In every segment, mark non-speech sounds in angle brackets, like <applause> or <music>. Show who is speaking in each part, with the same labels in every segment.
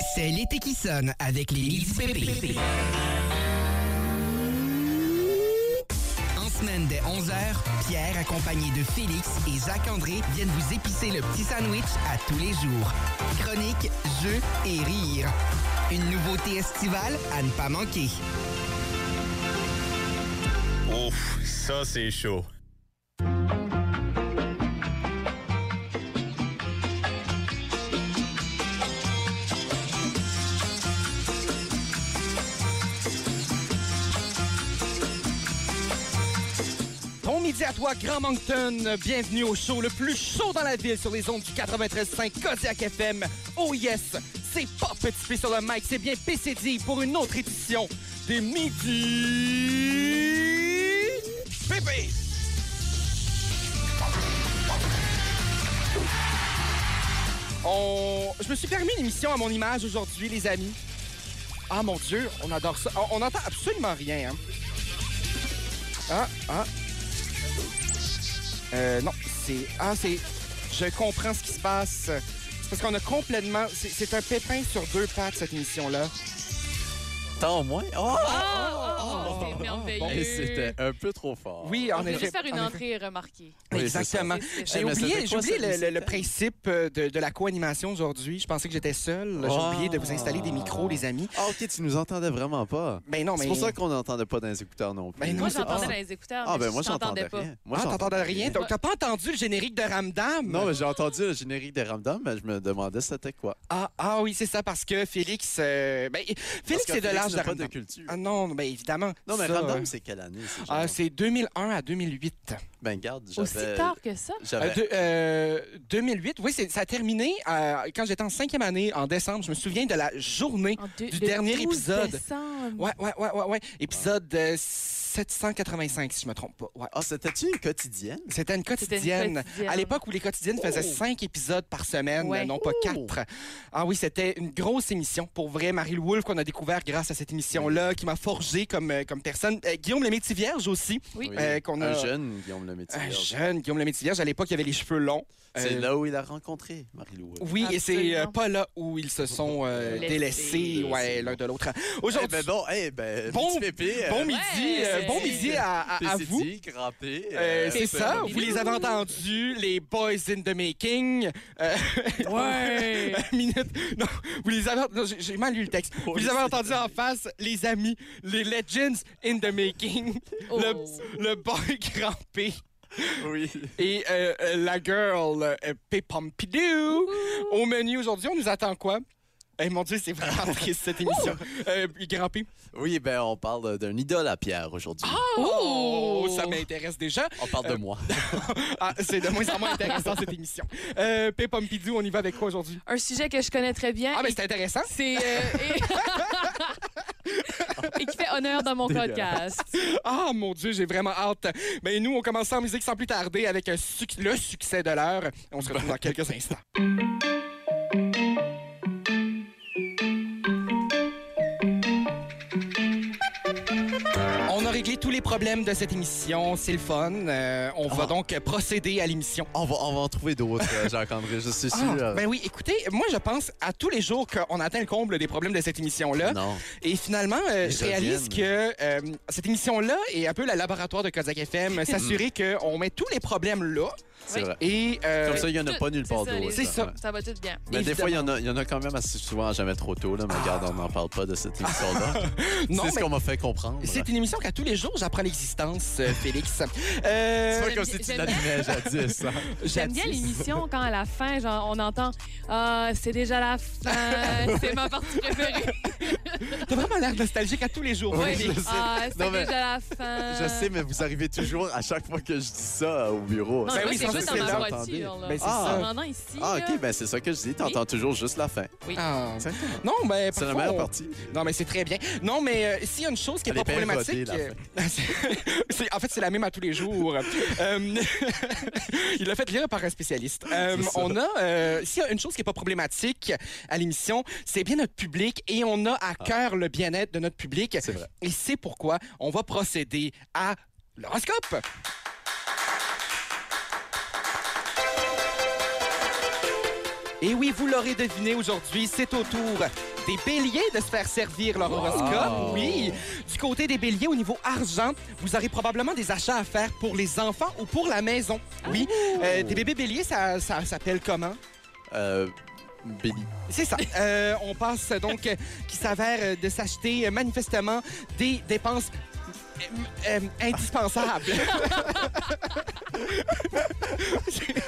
Speaker 1: C'est l'été qui sonne avec les Midi PP. En semaine dès 11h, Pierre, accompagné de Félix et Jacques-André, viennent vous épicer le petit sandwich à tous les jours. Chronique, jeux et rire. Une nouveauté estivale à ne pas manquer.
Speaker 2: Ouf, ça c'est chaud.
Speaker 3: Bon midi à toi, Grand Moncton. Bienvenue au show le plus chaud dans la ville sur les ondes du 93.5 Kodiak FM. Oh yes, c'est pas Petit P sur le mic, c'est bien PCD pour une autre édition des Midi Pépé. On... Je me suis permis une émission à mon image aujourd'hui, les amis. Ah mon Dieu, on adore ça. On- On n'entend absolument rien. Hein? Ah, ah. Euh, non, c'est. Ah, c'est. Je comprends ce qui se passe. C'est parce qu'on a complètement. C'est c'est un pépin sur deux pattes, cette émission-là.
Speaker 4: Tant moins. Oh!
Speaker 5: Oh, c'est merveilleux.
Speaker 4: Hey, C'était un peu trop fort.
Speaker 3: Oui,
Speaker 5: On
Speaker 3: en
Speaker 5: peut
Speaker 3: effet.
Speaker 5: juste faire une
Speaker 3: en
Speaker 5: entrée remarquée.
Speaker 3: effet.
Speaker 4: Oui, c'est ça.
Speaker 3: Exactement.
Speaker 5: C'est
Speaker 3: J'ai
Speaker 4: Hey, mais
Speaker 3: oublié,
Speaker 4: c'était
Speaker 3: j'ai
Speaker 4: quoi,
Speaker 3: oublié
Speaker 4: cette
Speaker 3: le, le- le
Speaker 4: musique?
Speaker 3: principe euh, de, de la co-animation aujourd'hui. Je pensais que j'étais seul. J'ai
Speaker 4: Oh.
Speaker 3: oublié de vous installer des micros, les amis.
Speaker 4: Ah, ok, tu nous entendais vraiment pas.
Speaker 3: Ben non, mais.
Speaker 4: C'est pour ça qu'on n'entendait pas dans les écouteurs non plus.
Speaker 3: Ben non,
Speaker 5: Moi,
Speaker 3: c'est pas
Speaker 5: j'entendais
Speaker 3: ça.
Speaker 5: dans les écouteurs,
Speaker 4: Ah,
Speaker 5: mais
Speaker 4: ben moi,
Speaker 5: je t'entendais
Speaker 4: j'entendais
Speaker 5: pas.
Speaker 4: rien. Moi,
Speaker 3: Ah, t'entendais
Speaker 4: j'entendais
Speaker 3: rien. Donc, t'as pas entendu le générique de Ramdam?
Speaker 4: Non, mais j'ai entendu le générique des Ramdam, mais je me demandais c'était quoi.
Speaker 3: Ah, ah oui, c'est ça, parce que Félix. euh, ben, Félix
Speaker 4: Parce que
Speaker 3: est de l'âge de
Speaker 4: n'a pas de
Speaker 3: Ramdam.
Speaker 4: culture.
Speaker 3: Ah non, ben évidemment.
Speaker 4: Non, mais
Speaker 3: ça, euh,
Speaker 4: Ramdam, c'est quelle année? c'est genre?
Speaker 3: Ah, c'est 2001 à 2008.
Speaker 4: Ben, garde,
Speaker 5: Aussi
Speaker 4: j'avais...
Speaker 5: tard que ça?
Speaker 4: J'avais...
Speaker 3: Euh, de- euh, 2008, oui, c'est- ça a terminé euh, quand j'étais en cinquième année, en décembre. Je me souviens de la journée.
Speaker 5: En deux-
Speaker 3: Du
Speaker 5: le
Speaker 3: dernier
Speaker 5: 12
Speaker 3: épisode.
Speaker 5: décembre.
Speaker 3: Ouais, ouais, ouais, ouais, ouais. Épisode euh, 785, si je me trompe pas. Ouais.
Speaker 4: Ah, c'était-tu une quotidienne?
Speaker 3: C'était une
Speaker 5: C'était une
Speaker 3: quotidienne.
Speaker 5: quotidienne.
Speaker 3: À l'époque où les quotidiennes faisaient cinq épisodes par semaine,
Speaker 5: Ouais.
Speaker 3: non pas
Speaker 4: Ouh.
Speaker 3: quatre. Ah oui, c'était une grosse émission. Pour vrai, Marie Wolfe qu'on a découvert grâce à cette émission-là, qui m'a forgé comme, euh, comme personne. Euh, Guillaume le Métis Vierge aussi.
Speaker 5: Oui.
Speaker 3: Euh, qu'on a-
Speaker 4: Un jeune, Guillaume le
Speaker 3: Un
Speaker 4: Métivier.
Speaker 3: jeune Guillaume le Métis Vierge. À l'époque, il avait les cheveux longs.
Speaker 4: C'est
Speaker 3: Euh,
Speaker 4: là où il a rencontré Marie-Lou.
Speaker 3: Oui, et c'est euh,
Speaker 5: Absolument.
Speaker 3: pas là où ils se sont euh,
Speaker 5: Délaissés.
Speaker 3: délaissés, ouais, l'un de l'autre.
Speaker 4: Eh
Speaker 3: Aujourd'hui,
Speaker 4: ben bon, eh ben,
Speaker 3: Bon-
Speaker 4: petit pépé, euh,
Speaker 3: bon midi,
Speaker 5: Ouais,
Speaker 3: euh,
Speaker 5: c'est-
Speaker 3: bon midi à, à- à
Speaker 4: PCD,
Speaker 3: vous.
Speaker 4: crampé,
Speaker 3: Euh, c'est
Speaker 5: c'est
Speaker 3: ça,
Speaker 5: bon.
Speaker 3: vous les avez entendus, les Boys in the Making. euh,
Speaker 5: Ouais.
Speaker 3: <laughs> minute, non, vous les avez non, j'ai- j'ai mal lu le texte. Vous les avez entendus en face, les amis, les Legends in the Making,
Speaker 5: Oh.
Speaker 3: le, le boy <laughs> crampé
Speaker 4: Oui.
Speaker 3: et euh, euh, la girl euh, P. Pompidou. Au menu aujourd'hui, on nous attend quoi? Eh mon Dieu, c'est vraiment triste cette émission. Euh, Grand P.
Speaker 4: Oui, ben on parle d'un idole à Pierre aujourd'hui.
Speaker 3: Oh, ça m'intéresse déjà.
Speaker 4: on parle de moi.
Speaker 3: Ah, c'est de moins en moins intéressant cette émission. Euh, P. Pompidou, on y va avec quoi aujourd'hui?
Speaker 5: Un sujet que je connais très bien.
Speaker 3: Ah, mais
Speaker 5: et-
Speaker 3: c'est intéressant.
Speaker 5: c'est. euh, et... <laughs> et qui fait honneur dans mon podcast.
Speaker 3: Ah, mon Dieu, j'ai vraiment hâte. Ben, nous, on commence en musique sans plus tarder avec un suc- le succès de l'heure. On se retrouve dans quelques instants. On a réglé tous les problèmes de cette émission, c'est le fun. Euh, on va
Speaker 4: Ah.
Speaker 3: donc procéder à l'émission.
Speaker 4: <laughs> On va, on va en trouver d'autres, euh, Jacques-André, je suis sûr.
Speaker 3: Ah, ben oui, écoutez, moi je pense à tous les jours qu'on atteint le comble des problèmes de cette émission-là.
Speaker 4: Non.
Speaker 3: Et finalement, euh,
Speaker 4: Ils
Speaker 3: je réalise que
Speaker 4: reviennent.
Speaker 3: euh, cette émission-là est un peu la laboratoire de Kodak FM,
Speaker 4: <laughs>
Speaker 3: s'assurer qu'on met tous les problèmes là
Speaker 4: C'est
Speaker 5: Oui.
Speaker 4: vrai.
Speaker 3: et... euh,
Speaker 4: Comme ça, il n'y en a
Speaker 5: Tout-
Speaker 4: pas nulle part
Speaker 5: c'est ça,
Speaker 4: d'autre.
Speaker 3: C'est ça.
Speaker 4: Ouais.
Speaker 5: Ça va tout bien.
Speaker 4: Mais des fois, il y, en a, il y en a quand même assez souvent, jamais trop tôt. Là, mais regarde, on n'en parle pas de cette émission-là.
Speaker 3: Ah! <laughs> non,
Speaker 4: c'est ce
Speaker 3: mais
Speaker 4: qu'on m'a fait comprendre.
Speaker 3: c'est une euh, émission qu'à tous les jours, j'apprends l'existence,
Speaker 4: <laughs>
Speaker 3: euh, Félix. Euh,
Speaker 4: C'est pas comme
Speaker 5: J'aime bien-
Speaker 4: si tu
Speaker 5: j'aime
Speaker 4: l'animais jadis. hein.
Speaker 5: J'aime
Speaker 3: jadis.
Speaker 5: bien l'émission quand à la fin, genre, on entend Ah, c'est déjà la
Speaker 4: <laughs>
Speaker 5: fin, c'est ma partie préférée.
Speaker 3: T'as vraiment l'air nostalgique à tous les jours,
Speaker 4: Oui,
Speaker 3: Félix.
Speaker 4: je sais.
Speaker 5: Ah, c'est
Speaker 4: Non, mais-
Speaker 5: déjà la
Speaker 3: Euh,
Speaker 5: fin.
Speaker 4: Je sais, mais vous arrivez toujours à chaque fois que je dis ça euh, au bureau.
Speaker 3: Ben
Speaker 5: Non, moi,
Speaker 3: oui,
Speaker 5: c'est
Speaker 3: c'est
Speaker 5: juste
Speaker 3: ça,
Speaker 5: dans
Speaker 3: c'est là.
Speaker 5: ma voiture. Là.
Speaker 3: Ben, c'est
Speaker 4: ça.
Speaker 5: En m'en allant ici.
Speaker 4: Ah,
Speaker 5: là.
Speaker 4: ok, ben c'est ça que je dis. T'entends toujours juste la fin.
Speaker 3: Ah.
Speaker 4: Exactement.
Speaker 3: Non, mais
Speaker 4: C'est la
Speaker 3: parfois,
Speaker 4: meilleure
Speaker 3: on-
Speaker 4: partie.
Speaker 3: Non, mais c'est très bien. Non, mais euh, s'il y a une chose qui n'est
Speaker 4: Elle
Speaker 3: pas
Speaker 4: est bien
Speaker 3: problématique.
Speaker 4: rodée,
Speaker 3: euh, <laughs> c'est- c'est- en fait, c'est la même à tous les jours. Euh, <laughs> il l'a fait lire par un spécialiste. Euh,
Speaker 4: C'est ça.
Speaker 3: on a. euh, s'il y a une chose qui n'est pas problématique à l'émission, c'est bien notre public et on a à cœur le bien-être de notre public.
Speaker 4: Ah. C'est vrai.
Speaker 3: Et c'est pourquoi on va procéder à l'horoscope. Et oui, vous l'aurez deviné aujourd'hui, c'est au tour des béliers de se faire servir leur horoscope. Oui. Du côté des béliers, au niveau argent, vous aurez probablement des achats à faire pour les enfants ou pour la maison. Oui. Euh, des bébés béliers, ça, ça s'appelle comment?
Speaker 4: Euh, Billy.
Speaker 3: C'est ça. Euh, on passe donc euh, qui s'avère euh, de s'acheter euh, manifestement des dépenses euh, euh, indispensables.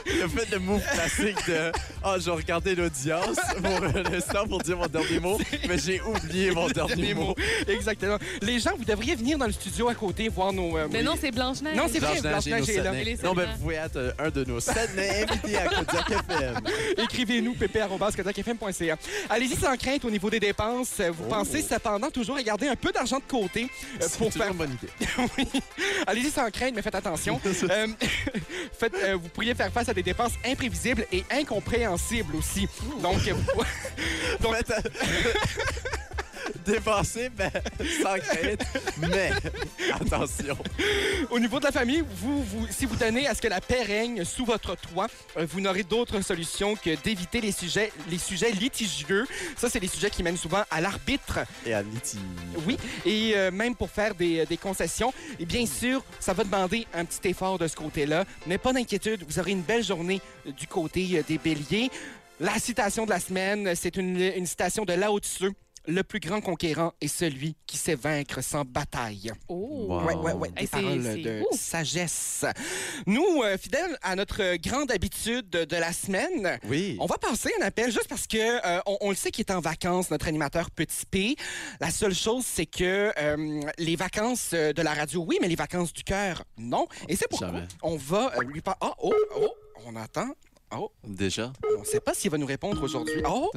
Speaker 4: Le fait le move classique de Ah, je regardais l'audience pour l'instant pour dire mon dernier mot, mais j'ai oublié mon
Speaker 3: <laughs>
Speaker 4: dernier
Speaker 3: Des
Speaker 4: mot.
Speaker 3: mots. Exactement. Les gens, vous devriez venir dans le studio à côté voir nos. euh,
Speaker 5: Mais non, c'est Blanche-Neige.
Speaker 3: Non, c'est vrai,
Speaker 4: Blanche-Neige et
Speaker 3: Blanche-Neige est
Speaker 4: nos
Speaker 3: là.
Speaker 4: Saguenay.
Speaker 5: Et les
Speaker 4: Non, mais
Speaker 5: Saguenay.
Speaker 4: vous pouvez être euh, un de nos Saguenay invités à <laughs> Kodiak FM.
Speaker 3: <laughs> Écrivez-nous pp.ca. Allez-y sans crainte au niveau des dépenses. Vous pensez cependant toujours à garder un peu d'argent de <laughs> côté euh,
Speaker 4: C'est
Speaker 3: pour
Speaker 4: toujours
Speaker 3: faire.
Speaker 4: une bonne idée.
Speaker 3: Oui. Allez-y sans crainte, mais faites <laughs> attention.
Speaker 4: <laughs>
Speaker 3: Euh, faites, euh, vous pourriez faire face à des dépenses imprévisibles et incompréhensibles aussi. Donc, euh, vous-
Speaker 4: En fait, euh, <laughs> Dépenser, mais sans crainte, mais <laughs> attention.
Speaker 3: Au niveau de la famille, vous, vous- si vous tenez à ce que la paix règne sous votre toit, euh, vous n'aurez d'autre solution que d'éviter les sujets, les sujets litigieux. Ça, c'est les sujets qui mènent souvent à l'arbitre,
Speaker 4: Et à Liti.
Speaker 3: oui, et euh, même pour faire des, des concessions. Et bien sûr, ça va demander un petit effort de ce côté-là, mais pas d'inquiétude, vous aurez une belle journée euh, du côté euh, des béliers. La citation de la semaine, c'est une, une citation de Lao Tzu. Le plus grand conquérant est celui qui sait vaincre sans bataille.
Speaker 5: Oh.
Speaker 4: Wow.
Speaker 3: Ouais, ouais, ouais.
Speaker 5: Hey,
Speaker 3: Des
Speaker 5: c'est-
Speaker 3: paroles
Speaker 5: c'est-
Speaker 3: de
Speaker 5: Ouh.
Speaker 3: sagesse. Nous, euh, fidèles à notre euh, grande habitude de, de la semaine,
Speaker 4: Oui.
Speaker 3: on va passer un appel juste parce que euh, on, on le sait qu'il est en vacances, notre animateur Petit P. La seule chose, c'est que euh, les vacances euh, de la radio, oui, mais les vacances du cœur, non. Et c'est pourquoi
Speaker 4: Jamais.
Speaker 3: on va euh, lui parler. Oh, oh, oh, on entend. Oh,
Speaker 4: Déjà.
Speaker 3: on ne sait pas s'il va nous répondre aujourd'hui. Oh,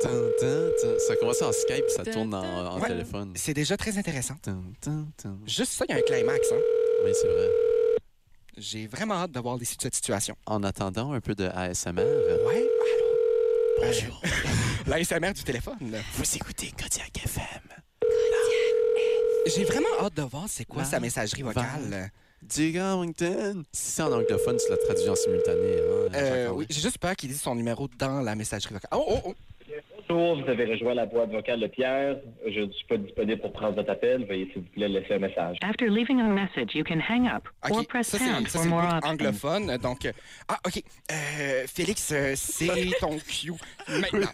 Speaker 4: Tum, tum, tum, tum. Ça commence en Skype, ça tourne en, en
Speaker 3: Ouais.
Speaker 4: téléphone.
Speaker 3: c'est déjà très intéressant.
Speaker 4: Tum, tum, tum.
Speaker 3: Juste ça, il y a un climax. hein.
Speaker 4: Oui, c'est vrai.
Speaker 3: J'ai vraiment hâte de voir l'issue de cette situation.
Speaker 4: En attendant un peu de ASMR, euh,
Speaker 3: Ouais, Euh, allô?
Speaker 4: bonjour.
Speaker 3: L'ASMR du téléphone.
Speaker 4: Vous écoutez Kodiak FM.
Speaker 3: J'ai vraiment hâte de voir c'est quoi
Speaker 4: Là,
Speaker 3: sa messagerie vocale.
Speaker 4: Du Grand Moncton. Si c'est en anglophone, tu l'as traduit en simultané. Hein,
Speaker 3: Euh,
Speaker 4: Jacques-André.
Speaker 3: oui, j'ai juste peur qu'il dise son numéro dans la messagerie vocale. Oh, oh, oh.
Speaker 6: Bonjour, vous avez rejoint la boîte vocale de Pierre. Je ne suis pas disponible pour prendre votre appel. Veuillez, s'il vous plaît, laisser un message.
Speaker 7: After leaving a message, you can hang up or
Speaker 3: OK,
Speaker 7: press
Speaker 3: ça, c'est ça,
Speaker 7: pound
Speaker 3: c'est
Speaker 7: for
Speaker 3: le
Speaker 7: more
Speaker 3: bout
Speaker 7: options.
Speaker 3: anglophone. Donc, euh, ah, OK. Euh, Félix, euh,
Speaker 4: <laughs>
Speaker 3: c'est ton cue maintenant.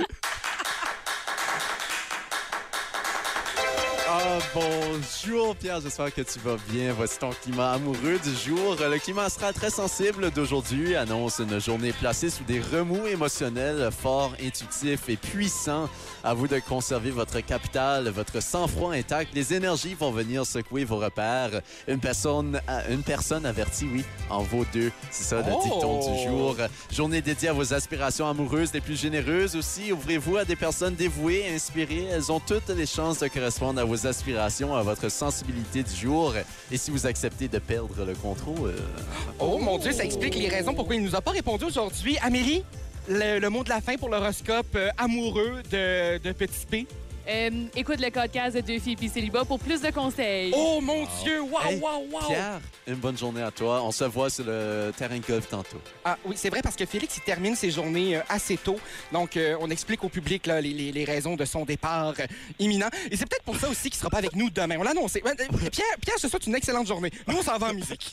Speaker 4: Ah, bonjour Pierre, j'espère que tu vas bien. Voici ton climat amoureux du jour. Le climat astral très sensible d'aujourd'hui annonce une journée placée sous des remous émotionnels forts, intuitifs et puissants. À vous de conserver votre capital, votre sang-froid intact. Les énergies vont venir secouer vos repères. Une personne, à- une personne avertie, oui, en vaut deux. C'est ça le
Speaker 3: Oh!
Speaker 4: dicton du jour. Journée dédiée à vos aspirations amoureuses les plus généreuses aussi. Ouvrez-vous à des personnes dévouées et inspirées. Elles ont toutes les chances de correspondre à vos aspirations, à votre sensibilité du jour. Et si vous acceptez de perdre le contrôle, euh,
Speaker 3: Oh, mon Dieu, ça explique les raisons pourquoi il nous a pas répondu aujourd'hui. Amélie, le, le mot de la fin pour l'horoscope euh, amoureux de, de Petit P.
Speaker 5: Euh, écoute le podcast de Deux filles puis célibat pour plus de conseils.
Speaker 3: Oh, mon Dieu, waouh,
Speaker 4: Hey,
Speaker 3: waouh, waouh.
Speaker 4: Pierre, une bonne journée à toi. On se voit sur le terrain de golf tantôt.
Speaker 3: Ah oui, c'est vrai parce que Félix, il termine ses journées euh, assez tôt. Donc, euh, on explique au public là, les, les- les raisons de son départ euh, imminent. Et c'est peut-être pour ça aussi qu'il sera pas avec nous demain. On l'a annoncé. Ouais, euh, Pierre, Pierre, je te souhaite une excellente journée. Nous, on s'en va en
Speaker 4: <laughs>
Speaker 3: musique.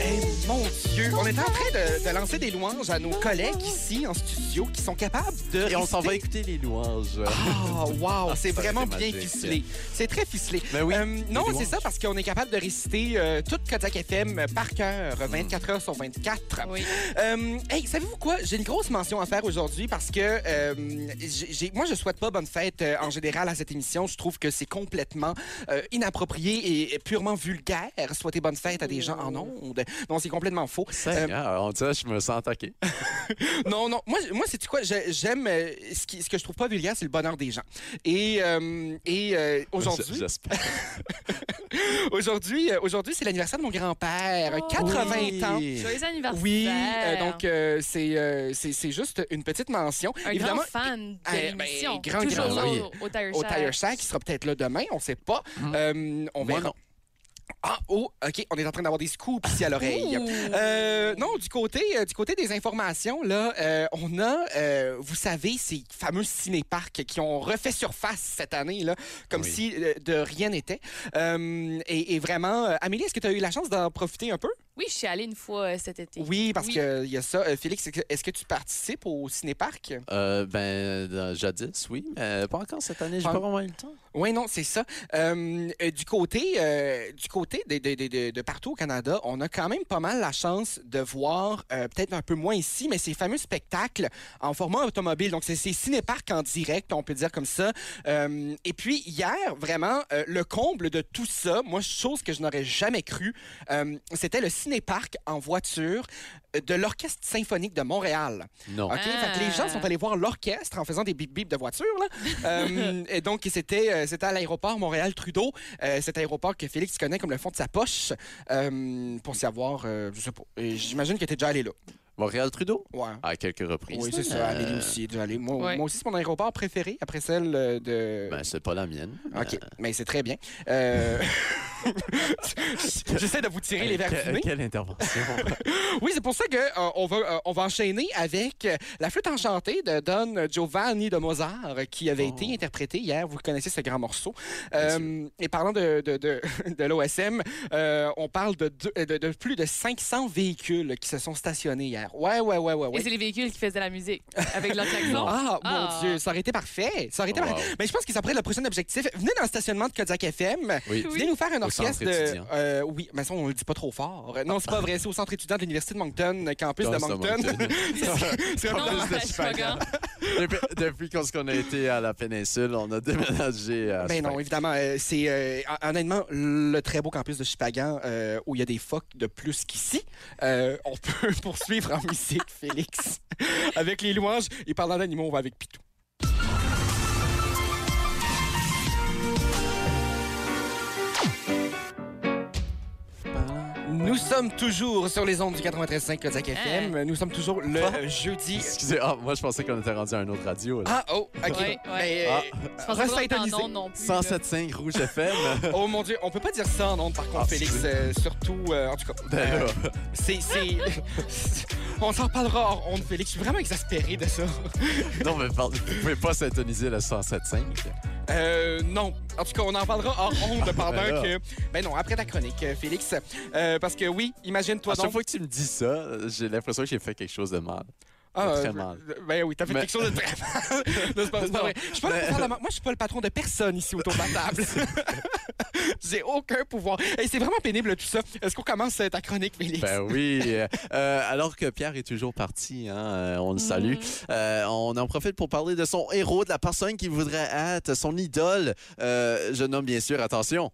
Speaker 3: Eh, Mon Dieu, on est en train de, de lancer des louanges à nos collègues ici en studio qui sont capables de.
Speaker 4: Et on s'en va
Speaker 3: réciter-
Speaker 4: écouter les louanges. <laughs>
Speaker 3: ah, wow, c'est
Speaker 4: Ça aurait
Speaker 3: vraiment
Speaker 4: été
Speaker 3: bien
Speaker 4: magique. hein.
Speaker 3: ficelé. C'est très ficelé.
Speaker 4: Ben oui,
Speaker 3: Euh, non,
Speaker 4: louanges.
Speaker 3: c'est ça parce qu'on est capable de réciter euh, toute Kodak FM par cœur,
Speaker 4: Hmm.
Speaker 3: 24 heures sur 24.
Speaker 5: Oui.
Speaker 3: Euh, hey, savez-vous quoi? J'ai une grosse mention à faire aujourd'hui parce que euh, j'ai- j'ai- moi, je souhaite pas bonne fête euh, en général à cette émission. Je trouve que c'est complètement euh, inapproprié et purement vulgaire souhaiter bonne fête à des gens en ondes. Non, c'est complètement faux. Euh,
Speaker 4: Seigneur, Ah, on dirait que je me sens attaqué.
Speaker 3: Non, non. Moi, moi c'est quoi? Je- J'aime euh, ce, qui- ce que je trouve pas vulgaire, c'est le bonheur des gens. Et, euh, et euh, <laughs> aujourd'hui,
Speaker 4: J'espère.
Speaker 3: aujourd'hui, euh, aujourd'hui, c'est l'anniversaire de mon grand-père,
Speaker 5: Oh.
Speaker 3: 80 ans.
Speaker 5: Joyeux anniversaire.
Speaker 3: Oui, euh, donc euh, c'est euh, c'est c'est juste une petite mention.
Speaker 5: un
Speaker 3: Évidemment,
Speaker 5: grand fan
Speaker 3: eh,
Speaker 5: de
Speaker 3: ben,
Speaker 5: l'émission.
Speaker 3: grand,
Speaker 5: Toujours
Speaker 4: grand,
Speaker 5: là
Speaker 4: oui.
Speaker 5: au, au Tire
Speaker 3: au
Speaker 5: Shack.
Speaker 3: Tire Shack, il sera peut-être là demain, on sait pas. Euh, on
Speaker 4: Mm. Moi,
Speaker 3: verra.
Speaker 4: non. Ah,
Speaker 3: Ah, oh, OK, on est en train d'avoir des scoops ici à l'oreille.
Speaker 5: Ouh.
Speaker 3: Euh, non, du côté, euh, du côté des informations, là, euh, on a, euh, vous savez, ces fameux cinéparcs qui ont refait surface cette année, là, comme
Speaker 4: Oui.
Speaker 3: si euh, de rien n'était. Euh, et, et vraiment, euh, Amélie, est-ce que tu as eu la chance d'en profiter un peu?
Speaker 5: Oui, je suis allée une fois euh, cet été.
Speaker 3: Oui, parce
Speaker 5: Oui.
Speaker 3: qu'il y a ça. Euh, Félix, est-ce que- est-ce que tu participes au cinéparc?
Speaker 4: Euh, ben, euh, jadis, oui, mais pas encore cette année. J'ai
Speaker 3: Pas-
Speaker 4: pas, vraiment eu le temps.
Speaker 3: Oui, non, c'est ça. Euh, euh, du côté, euh, du côté de, de- de- de- de partout au Canada, on a quand même pas mal la chance de voir, euh, peut-être un peu moins ici, mais ces fameux spectacles en format automobile. Donc, c'est ces cinéparcs en direct, on peut dire comme ça. Euh, et puis, hier, vraiment, euh, le comble de tout ça, moi, chose que je n'aurais jamais cru, euh, c'était le cinéparc en voiture euh, de l'Orchestre symphonique de Montréal.
Speaker 4: Non.
Speaker 3: OK? Fait que les gens sont allés voir l'orchestre en faisant des bip-bip de voiture. Là. Euh, et donc, c'était euh, c'était à l'aéroport Montréal-Trudeau, euh, cet aéroport que Félix connaît comme le fond de sa poche, euh, pour savoir, euh, je sais pas. Et J'imagine que t'es déjà allé là.
Speaker 4: Montréal-Trudeau?
Speaker 3: Ouais.
Speaker 4: À quelques reprises.
Speaker 3: Oui, c'est ça.
Speaker 4: mais,
Speaker 3: Amélie
Speaker 4: Ah, euh,
Speaker 3: aussi est déjà allée. Moi,
Speaker 5: Ouais.
Speaker 3: moi aussi, c'est mon aéroport préféré après celle euh, de.
Speaker 4: Ben, c'est pas la mienne.
Speaker 3: OK, mais c'est très bien.
Speaker 4: <laughs>
Speaker 3: Euh, <laughs> J'essaie de vous tirer les verres du nez.
Speaker 4: Quelle intervention.
Speaker 3: Oui, c'est pour ça que euh, on va euh, on va enchaîner avec euh, la flûte enchantée de Don Giovanni de Mozart euh, qui avait
Speaker 4: Oh.
Speaker 3: été interprétée hier. Vous connaissez ce grand morceau. Euh, et parlant de de, de, <laughs> de l'OSM, euh, on parle de, deux- de, de plus de 500 véhicules qui se sont stationnés hier. Ouais, ouais, ouais, ouais,
Speaker 5: Et
Speaker 3: ouais.
Speaker 5: c'est les véhicules qui faisaient la musique avec leur
Speaker 3: <laughs>
Speaker 5: klaxon.
Speaker 3: Ah,
Speaker 5: Ah.
Speaker 3: mon Dieu, ça aurait été parfait. Ça aurait été
Speaker 4: Wow.
Speaker 3: parfait. Mais je pense que ça pourrait être le prochain objectif. Venez dans le stationnement de Kodiak FM.
Speaker 4: <laughs> Oui.
Speaker 3: Venez nous faire un
Speaker 4: Au
Speaker 3: orchestre.
Speaker 4: centre
Speaker 3: de,
Speaker 4: étudiant.
Speaker 3: euh, oui, mais ça, on le dit pas trop fort. Euh, Non, c'est pas vrai. C'est au centre étudiant de l'Université de Moncton, euh, campus de
Speaker 4: Campus de
Speaker 3: Moncton.
Speaker 4: Moncton.
Speaker 3: <laughs> C'est-
Speaker 4: <laughs>
Speaker 3: c'est
Speaker 5: Non,
Speaker 3: vraiment-
Speaker 5: ça, je suis pas grand.
Speaker 4: depuis depuis qu'on qu'on a été à la péninsule, on a déménagé à
Speaker 3: Ben non,
Speaker 4: Sphinx.
Speaker 3: évidemment, euh, c'est euh, hon- honnêtement le très beau campus de Chipagan euh, où il y a des phoques de plus qu'ici. Euh, on <laughs> peut poursuivre en musique, Félix, <laughs> avec les louanges. Et parlant d'animaux, on va avec Pitou. Nous sommes toujours sur les ondes du 93.5 Kodak
Speaker 5: Hein?
Speaker 3: FM. Nous sommes toujours le
Speaker 4: Quoi?
Speaker 3: jeudi.
Speaker 4: Excusez, ah, moi je pensais qu'on était rendu à un autre radio. là.
Speaker 3: Ah, oh, OK.
Speaker 5: Ouais, ouais.
Speaker 3: Mais,
Speaker 4: Ah.
Speaker 3: euh,
Speaker 5: Je
Speaker 3: Reste
Speaker 5: pensais pas qu'on
Speaker 3: atomisé.
Speaker 5: était en ondes non plus. là.
Speaker 4: 107.5 Rouge FM.
Speaker 3: Oh mon Dieu, on peut pas dire ça en ondes, par contre,
Speaker 4: Ah,
Speaker 3: Félix.
Speaker 4: excusez.
Speaker 3: euh, surtout, euh, en tout cas,
Speaker 4: Ben
Speaker 3: euh,
Speaker 4: là,
Speaker 3: c'est... c'est- <laughs> on s'en parlera hors ondes, Félix. Je suis vraiment exaspéré de ça.
Speaker 4: <laughs> non, mais pardon, vous pouvez pas syntoniser le 107.5.
Speaker 3: Euh, non. En tout cas, on en parlera hors ondes pendant
Speaker 4: ben là.
Speaker 3: que... Ben non, après ta chronique, euh, Félix. Euh, parce que oui, imagine-toi
Speaker 4: À chaque
Speaker 3: donc...
Speaker 4: fois que tu me dis ça, j'ai l'impression que j'ai fait quelque chose de mal.
Speaker 3: Ah,
Speaker 4: très
Speaker 3: euh,
Speaker 4: mal.
Speaker 3: Ben oui, t'as fait
Speaker 4: Mais-
Speaker 3: quelque chose de très mal.
Speaker 4: <laughs>
Speaker 3: Non, c'est pas, c'est pas
Speaker 4: Non,
Speaker 3: vrai. Je suis pas le
Speaker 4: mais-
Speaker 3: patron de la- Moi, je suis pas le patron de personne ici autour de la
Speaker 4: <laughs>
Speaker 3: table. <laughs> J'ai aucun pouvoir. Et c'est vraiment pénible tout ça. Est-ce qu'on commence euh, ta chronique, Félix?
Speaker 4: Ben oui. euh, euh, alors que Pierre est toujours parti, hein, euh,
Speaker 3: Mm-hmm.
Speaker 4: on le salue. Euh, on en profite pour parler de son héros, de la personne qu'il voudrait être, son idole. Euh, je nomme bien sûr, attention.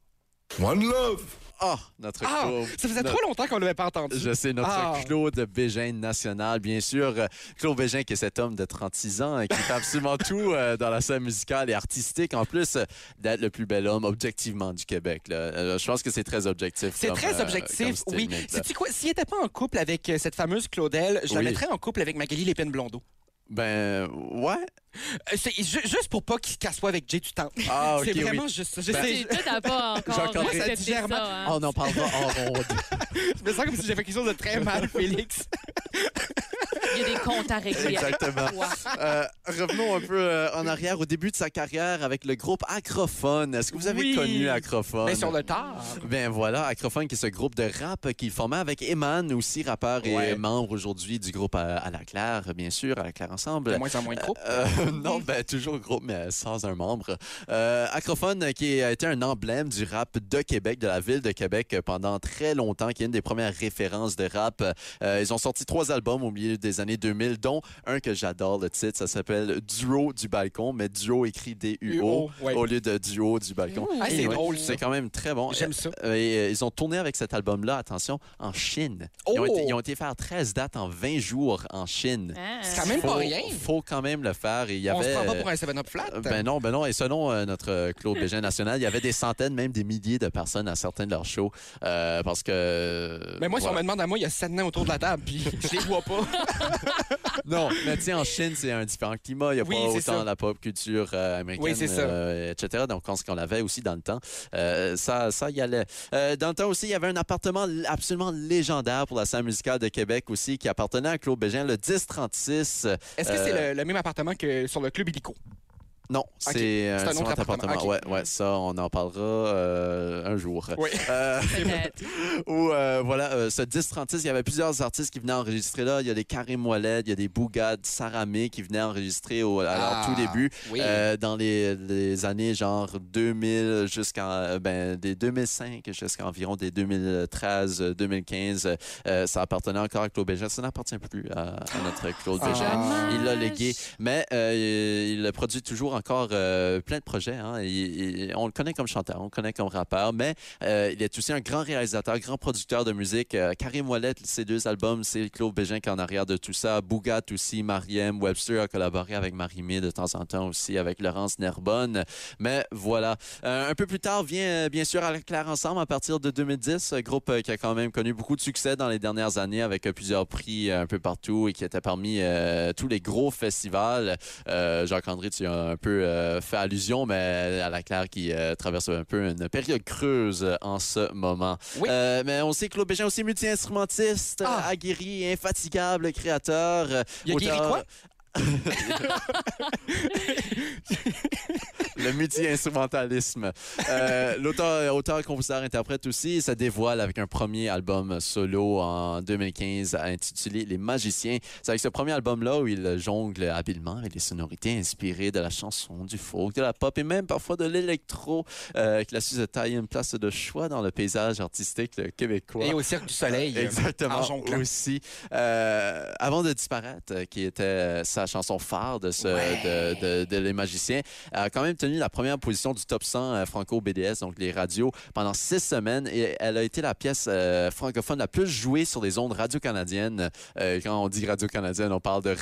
Speaker 8: One love.
Speaker 4: Ah, notre
Speaker 3: Ah,
Speaker 4: Claude.
Speaker 3: ça faisait
Speaker 4: notre-
Speaker 3: trop longtemps qu'on l'avait pas entendu.
Speaker 4: Je sais, notre
Speaker 3: Ah.
Speaker 4: Claude Bégin national, bien sûr. Euh, Claude Bégin, qui est cet homme de 36 ans, euh, qui
Speaker 3: <laughs>
Speaker 4: fait absolument tout euh, dans la scène musicale et artistique, en plus euh, d'être le plus bel homme objectivement du Québec. là. Euh, je pense que c'est très objectif.
Speaker 3: C'est
Speaker 4: comme,
Speaker 3: très
Speaker 4: euh, comme
Speaker 3: objectif, oui.
Speaker 4: statement, là.
Speaker 3: Sais-tu quoi? S'il n'était pas en couple avec euh, cette fameuse Claudel, je la
Speaker 4: Oui.
Speaker 3: mettrais en couple avec Magali Lépine Blondeau.
Speaker 4: Ben, ouais.
Speaker 3: Euh, c'est ju- juste pour pas qu'il qu'elle soit avec Jay du temps.
Speaker 4: Ah, ok,
Speaker 3: c'est
Speaker 4: oui. Ben,
Speaker 3: vraiment juste ça. J'essaie-
Speaker 5: C'est- Toi,
Speaker 3: <laughs>
Speaker 5: t'as pas encore
Speaker 4: Jean-Claude,
Speaker 5: accepté
Speaker 3: ça digère
Speaker 5: ça, hein.
Speaker 4: On en parlera en
Speaker 3: <laughs>
Speaker 4: ronde.
Speaker 3: Je me sens comme si j'avais fait quelque chose de
Speaker 4: <laughs>
Speaker 3: très mal, Félix.
Speaker 5: Il y a des comptes à régler.
Speaker 4: Exactement.
Speaker 5: Wow.
Speaker 4: Euh, revenons un peu euh, en arrière au début de sa carrière avec le groupe Acrophone. Est-ce que vous avez
Speaker 3: Oui.
Speaker 4: connu Acrophone?
Speaker 3: Mais sur le tard.
Speaker 4: Ben voilà, Acrophone qui est ce groupe de rap qu'il formait avec Eman, aussi rappeur
Speaker 3: Ouais.
Speaker 4: et membre aujourd'hui du groupe à, à la Claire, bien sûr, à la Claire Ensemble.
Speaker 3: De moins en moins de couple. <laughs>
Speaker 4: Euh, non, ben toujours groupe, mais sans un membre. Euh, Acrophone, euh, qui a été un emblème du rap de Québec, de la ville de Québec euh, pendant très longtemps, qui est une des premières références de rap. Euh, ils ont sorti trois albums au milieu des années 2000, dont un que j'adore, le titre, ça s'appelle Duo du balcon, mais duo écrit D-U-O,
Speaker 3: ouais.
Speaker 4: au lieu de duo du balcon.
Speaker 5: Ouh.
Speaker 3: Ah, c'est
Speaker 4: Anyway,
Speaker 3: drôle, ça.
Speaker 4: C'est quand même très bon.
Speaker 3: J'aime ça.
Speaker 4: Euh, et, euh, ils ont tourné avec cet album-là, attention, en Chine. Ils, ont
Speaker 3: Oh!
Speaker 4: été, ils ont été faire 13 dates en 20 jours en Chine.
Speaker 5: Ah.
Speaker 3: C'est quand même pas
Speaker 4: Faut-
Speaker 3: rien.
Speaker 4: Faut quand même le faire. Et il y
Speaker 3: On se
Speaker 4: avait-
Speaker 3: prend pas pour un 7-up flat.
Speaker 4: ben non, ben non. Et selon euh, notre euh, Claude Bégin national, il y avait des centaines, même des milliers de personnes à certains de leurs shows. euh, parce que. euh,
Speaker 3: mais moi, si on me
Speaker 4: voilà. <laughs>
Speaker 3: demande à moi, il y a sept nains autour de la table, puis je les vois pas.
Speaker 4: Non, mais tu sais, en Chine, c'est un différent climat. Il n'y a
Speaker 3: Oui,
Speaker 4: pas
Speaker 3: c'est
Speaker 4: autant
Speaker 3: ça.
Speaker 4: la pop culture euh, américaine,
Speaker 3: Oui, c'est ça.
Speaker 4: euh, etc. Donc, quand ce qu'on avait aussi dans le temps, euh, ça, ça y allait. Euh, dans le temps aussi, il y avait un appartement l- absolument légendaire pour la scène musicale de Québec aussi, qui appartenait à Claude Bégin, le 1036.
Speaker 3: Est-ce que c'est
Speaker 4: Euh,
Speaker 3: le, le même appartement que sur le club illico?
Speaker 4: Non, c'est
Speaker 3: c'est
Speaker 4: un,
Speaker 3: un autre
Speaker 4: différent
Speaker 3: appartement.
Speaker 4: appartement.
Speaker 3: Ok.
Speaker 4: Ouais, ouais, ça, on en parlera euh, un jour.
Speaker 3: Oui.
Speaker 4: Euh, <laughs>
Speaker 5: Peut-être.
Speaker 4: Où, euh, voilà, euh, ce 1036, il y avait plusieurs artistes qui venaient enregistrer là. Il y a des Karim Ouellet, il y a des Bougad, Saramé qui venaient enregistrer au, à
Speaker 3: Ah,
Speaker 4: leur tout début.
Speaker 3: Oui.
Speaker 4: Euh, dans les, les années genre 2000 jusqu'en ben, des 2005 jusqu'à environ des 2013 euh, 2015 euh, ça appartenait encore à Claude Bégin ça n'appartient plus à, à notre Claude
Speaker 3: Ah.
Speaker 4: Bégin
Speaker 5: Dommage.
Speaker 4: il l'a légué mais euh, il produit toujours encore euh, plein de projets hein. Il- il- on le connaît comme chanteur on le connaît comme rappeur mais euh, il est aussi un grand réalisateur grand producteur de musique Euh, Karim Ouellet ses deux albums c'est Claude Bégin qui est en arrière de tout ça Bougat aussi Mariem Webster a collaboré avec Marimé de temps en temps aussi avec Laurence Nerbonne mais voilà. Euh, un peu plus tard vient euh, bien sûr Alain Claire Ensemble à partir de 2010, un groupe euh, qui a quand même connu beaucoup de succès dans les dernières années avec euh, plusieurs prix euh, un peu partout et qui était parmi euh, tous les gros festivals. Euh, Jacques-André, tu y as un peu euh, fait allusion, mais Alain Claire qui euh, traverse un peu une période creuse euh, en ce moment.
Speaker 3: Oui.
Speaker 4: Euh, mais on sait que Claude Bégin est aussi multi-instrumentiste,
Speaker 3: Ah.
Speaker 4: aguerri, infatigable créateur. euh,
Speaker 3: Il a guéri
Speaker 4: auteur-
Speaker 3: quoi?
Speaker 4: <laughs> Le multi-instrumentalisme. Euh, L'auteur, auteur, compositeur, interprète aussi, ça dévoile avec un premier album solo en 2015 intitulé Les Magiciens. C'est avec ce premier album-là où il jongle habilement avec des sonorités inspirées de la chanson, du folk, de la pop et même parfois de l'électro, euh, qu'il a su se tailler une place de choix dans le paysage artistique euh, québécois.
Speaker 3: Et au Cirque du Soleil. euh, en
Speaker 4: Exactement.
Speaker 3: jonglant.
Speaker 4: Aussi. Euh, avant de disparaître, euh, qui était euh, sa chanson phare de, ce,
Speaker 3: Ouais.
Speaker 4: de, de- de Les Magiciens, a quand même tenu la première position du top 100 euh, franco-BDS, donc les radios, pendant six semaines. Et elle a été la pièce euh, francophone la plus jouée sur les ondes radio-canadiennes. Euh, quand on dit radio-canadienne, on parle de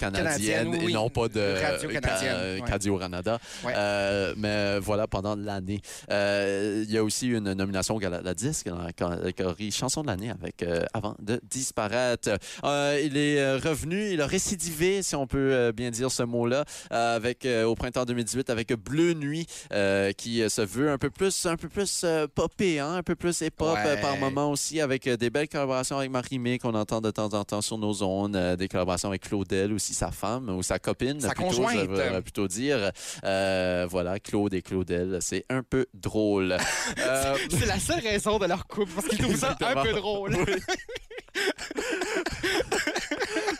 Speaker 4: radio-canadienne
Speaker 3: Canadienne, oui.
Speaker 4: et non pas de
Speaker 3: Radio-canadienne,
Speaker 4: euh,
Speaker 3: ouais.
Speaker 4: Radio-Canada.
Speaker 3: Ouais.
Speaker 4: Euh, mais voilà, pendant l'année. Euh, il y a aussi eu une nomination au Gala de la Disque dans la catégorie Chanson de l'année avec euh, Avant de disparaître. Euh, il est euh, revenu, il a récidivé, si on peut euh, bien dire ce mot-là, euh, avec euh, au printemps 2018 avec Bleu Nuit, euh, qui euh, se veut un peu plus, un peu plus euh, popé, hein, un peu plus hip-hop
Speaker 3: Ouais.
Speaker 4: euh, par moment aussi, avec euh, des belles collaborations avec Marie-Mé qu'on entend de temps en temps sur nos zones, euh, des collaborations avec Claudel aussi, sa femme ou sa copine,
Speaker 3: Sa
Speaker 4: plutôt,
Speaker 3: conjointe.
Speaker 4: je devrais plutôt dire. Euh, voilà, Claude et Claudel, c'est un peu
Speaker 3: <laughs>
Speaker 4: drôle. Euh,
Speaker 3: C'est la seule raison de leur couple, parce qu'ils trouvent ça un
Speaker 4: Exactement.
Speaker 3: peu drôle.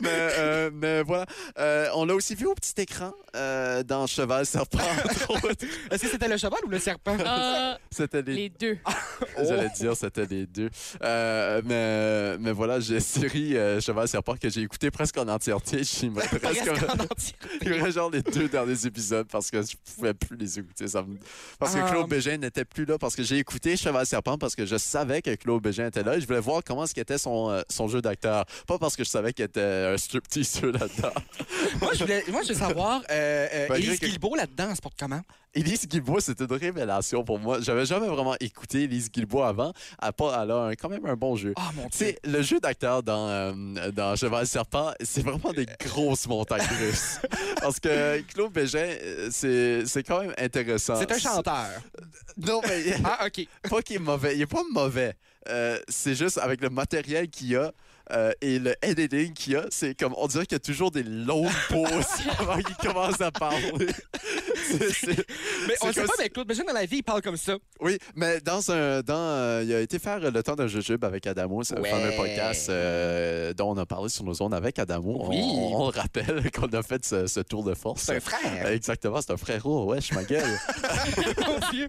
Speaker 4: mais, euh, mais voilà, Euh, on l'a aussi vu au petit écran euh, dans Cheval Serpent. <laughs> entre autres.
Speaker 3: Est-ce que c'était le cheval ou le serpent?
Speaker 5: Ah,
Speaker 4: C'était les
Speaker 5: les deux.
Speaker 4: Ah, J'allais dire, c'était les deux. Euh, mais, mais voilà, j'ai série euh, Cheval Serpent que j'ai écouté presque en entièreté. J'y me- presque-
Speaker 3: Presque en
Speaker 4: <laughs>
Speaker 3: entier.
Speaker 4: Il y aurait genre les deux derniers épisodes parce que je pouvais plus les écouter. Ça me- Parce
Speaker 3: Ah.
Speaker 4: que Claude Bégin n'était plus là, parce que j'ai écouté Cheval Serpent parce que je savais que Claude Bégin était là et je voulais voir comment ce qu'était son, euh, son jeu d'acteur. Pas parce que je savais qu'il était un stripteaseur là-dedans.
Speaker 3: Moi, je voulais, moi, je veux savoir, euh, euh,
Speaker 4: Malgré
Speaker 3: Élise
Speaker 4: que-
Speaker 3: Guilbeault, là-dedans, elle se porte comment?
Speaker 4: Elise Guilbois, c'était une révélation pour moi. J'avais jamais vraiment écouté Elise Guilbois avant. Elle, pas- elle a un- quand même un bon jeu.
Speaker 3: Ah, mon
Speaker 4: Tu
Speaker 3: Dieu!
Speaker 4: sais, le jeu d'acteur dans, euh, dans Cheval Serpent, c'est vraiment des
Speaker 3: Euh.
Speaker 4: grosses montagnes
Speaker 3: <laughs>
Speaker 4: russes. Parce que Claude Bégin, euh, c'est c'est quand même intéressant.
Speaker 3: C'est un chanteur.
Speaker 4: Non, mais
Speaker 3: <laughs> Ah, OK.
Speaker 4: pas qu'il est mauvais. Il est pas mauvais. Euh, c'est juste avec le matériel qu'il a euh, et le editing qu'il a, c'est comme on dirait qu'il y a toujours des longues
Speaker 3: <laughs>
Speaker 4: pauses avant qu'il commence à parler. C'est- c'est-
Speaker 3: Mais on
Speaker 4: c'est
Speaker 3: le sait
Speaker 4: comme
Speaker 3: pas,
Speaker 4: si-
Speaker 3: mais Claude Bégin, dans la vie, il parle comme
Speaker 4: <laughs>
Speaker 3: ça.
Speaker 4: Oui, mais dans un. Dans, euh, il a été faire euh, le temps d'un jujube avec Adamo, ce
Speaker 3: Ouais.
Speaker 4: fameux podcast euh, dont on a parlé sur nos zones avec Adamo.
Speaker 3: Oui.
Speaker 4: On, on le rappelle <laughs> qu'on a fait ce, ce tour de force.
Speaker 3: C'est un frère.
Speaker 4: Exactement, c'est un frérot, ouais, je
Speaker 3: <laughs>
Speaker 4: ma gueule.
Speaker 3: Mon Dieu.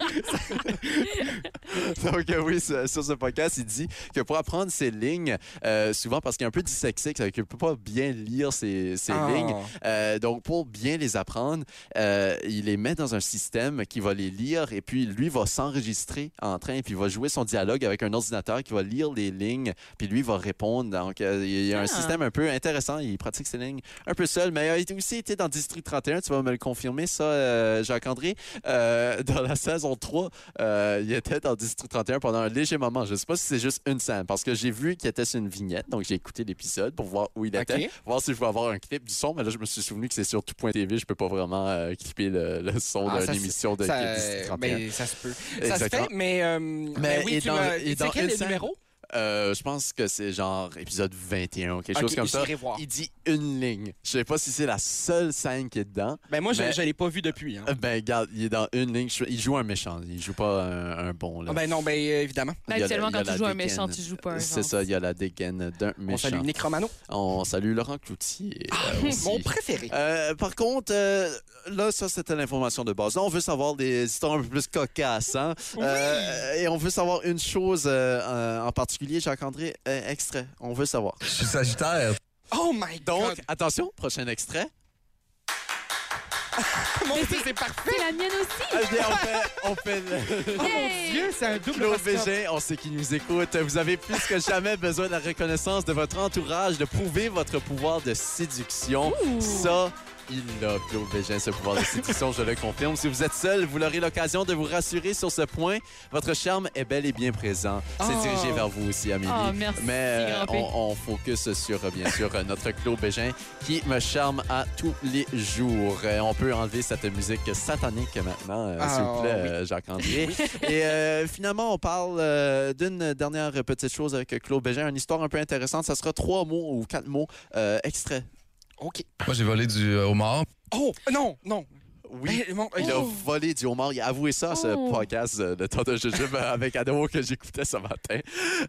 Speaker 4: Donc euh, oui, sur, sur ce podcast, il dit que pour apprendre ses lignes, euh, souvent parce qu'il est un peu dyslexique, ça veut dire qu'il ne peut pas bien lire ses, ses
Speaker 3: Ah.
Speaker 4: lignes. Euh, donc pour bien les apprendre, euh, il, il les met dans un système qui va les lire et puis lui va s'enregistrer en train puis va jouer son dialogue avec un ordinateur qui va lire les lignes puis lui va répondre. Donc, euh, il y a un
Speaker 5: Ah.
Speaker 4: système un peu intéressant. Il pratique ses lignes un peu seul, mais il a été- aussi été dans District 31. Tu vas me le confirmer, ça, euh, Jacques-André. Euh, dans la saison 3, euh, il était dans District 31 pendant un léger moment. Je sais pas si c'est juste une scène parce que j'ai vu qu'il était sur une vignette. Donc, j'ai écouté l'épisode pour voir où il
Speaker 3: Ok.
Speaker 4: était voir si je pouvais avoir un clip du son, mais là, je me suis souvenu que c'est sur tout.tv, je peux pas vraiment euh, clipper le, le son
Speaker 3: Ah, ça,
Speaker 4: d'une émission de
Speaker 3: ça, euh,
Speaker 4: District 31.
Speaker 3: mais ça se peut. Ça se
Speaker 4: Exactement.
Speaker 3: fait, mais, euh, mais, oui,
Speaker 4: et
Speaker 3: tu
Speaker 4: dans-
Speaker 3: m'as-
Speaker 4: et
Speaker 3: c'est
Speaker 4: dans
Speaker 3: quel
Speaker 4: une
Speaker 3: le
Speaker 4: scène-
Speaker 3: numéro?
Speaker 4: Euh, je pense que c'est genre épisode 21 ou quelque
Speaker 3: Ok,
Speaker 4: chose comme ça.
Speaker 3: j'irai voir.
Speaker 4: Il dit une ligne. Je sais pas si c'est la seule scène qui est dedans.
Speaker 3: Ben moi, je
Speaker 4: Mais-
Speaker 3: je l'ai pas vu depuis. hein.
Speaker 4: Euh, Ben, regarde, il est dans une ligne. Je- Il joue un méchant. Il joue pas un, un bon. Là.
Speaker 3: Ah, ben non, ben euh, évidemment.
Speaker 5: Mais
Speaker 4: Il y a
Speaker 5: habituellement,
Speaker 4: la- il y a
Speaker 5: quand tu
Speaker 4: la
Speaker 5: joues un
Speaker 4: dégaine.
Speaker 5: méchant, tu joues pas un
Speaker 4: C'est
Speaker 5: gentil.
Speaker 4: ça, il y a la dégaine d'un
Speaker 3: On
Speaker 4: méchant.
Speaker 3: salue Nick Romano,
Speaker 4: On salue Laurent Cloutier. euh, aussi.
Speaker 3: mon préféré.
Speaker 4: Euh, par contre, euh, là, ça, c'était l'information de base. Là, on veut savoir des histoires un peu plus cocasses. hein? Euh, et on veut savoir une chose euh, euh, en particulier, Jacques-André, euh, extrait. On veut savoir.
Speaker 8: Je suis Sagittaire.
Speaker 3: Oh my
Speaker 4: Donc,
Speaker 3: God!
Speaker 4: attention, prochain extrait. <laughs>
Speaker 3: Mon
Speaker 5: Mais
Speaker 3: Dieu, c'est parfait!
Speaker 5: C'est la mienne aussi!
Speaker 4: Eh bien, on fait, on fait le-
Speaker 3: Oh
Speaker 5: Yay!
Speaker 3: mon Dieu, c'est un double
Speaker 4: Claude
Speaker 3: horoscope.
Speaker 4: Bégin, on sait qu'il nous écoute. Vous avez plus que jamais besoin de la reconnaissance de votre entourage, de prouver votre pouvoir de séduction.
Speaker 5: Ouh.
Speaker 4: Ça, il a, Claude Bégin, ce pouvoir de séduction, je le confirme. Si vous êtes seul, vous aurez l'occasion de vous rassurer sur ce point. Votre charme est bel et bien présent. C'est
Speaker 3: Oh.
Speaker 4: dirigé vers vous aussi, Amélie.
Speaker 5: Oh, Ah. merci,
Speaker 4: Mais euh,
Speaker 5: grand P.
Speaker 4: on, on focus sur, euh, bien sûr, euh, notre Claude Bégin qui me charme à tous les jours. Euh, on peut enlever cette musique satanique maintenant, euh, s'il vous
Speaker 3: Ah,
Speaker 4: plaît,
Speaker 3: oui.
Speaker 4: euh, Jacques-André. <laughs> Et euh, finalement, on parle euh, d'une dernière petite chose avec Claude Bégin, une histoire un peu intéressante. Ça sera trois mots ou quatre mots euh, extraits.
Speaker 3: OK.
Speaker 8: Moi, j'ai volé du euh, homard.
Speaker 3: Oh, non, non.
Speaker 4: Oui.
Speaker 3: Ben, mon-
Speaker 4: Il a
Speaker 3: oh.
Speaker 4: volé du homard. Il a avoué ça à ce
Speaker 5: Oh.
Speaker 4: podcast euh, de temps de jujube <laughs> avec Adamo que j'écoutais ce matin.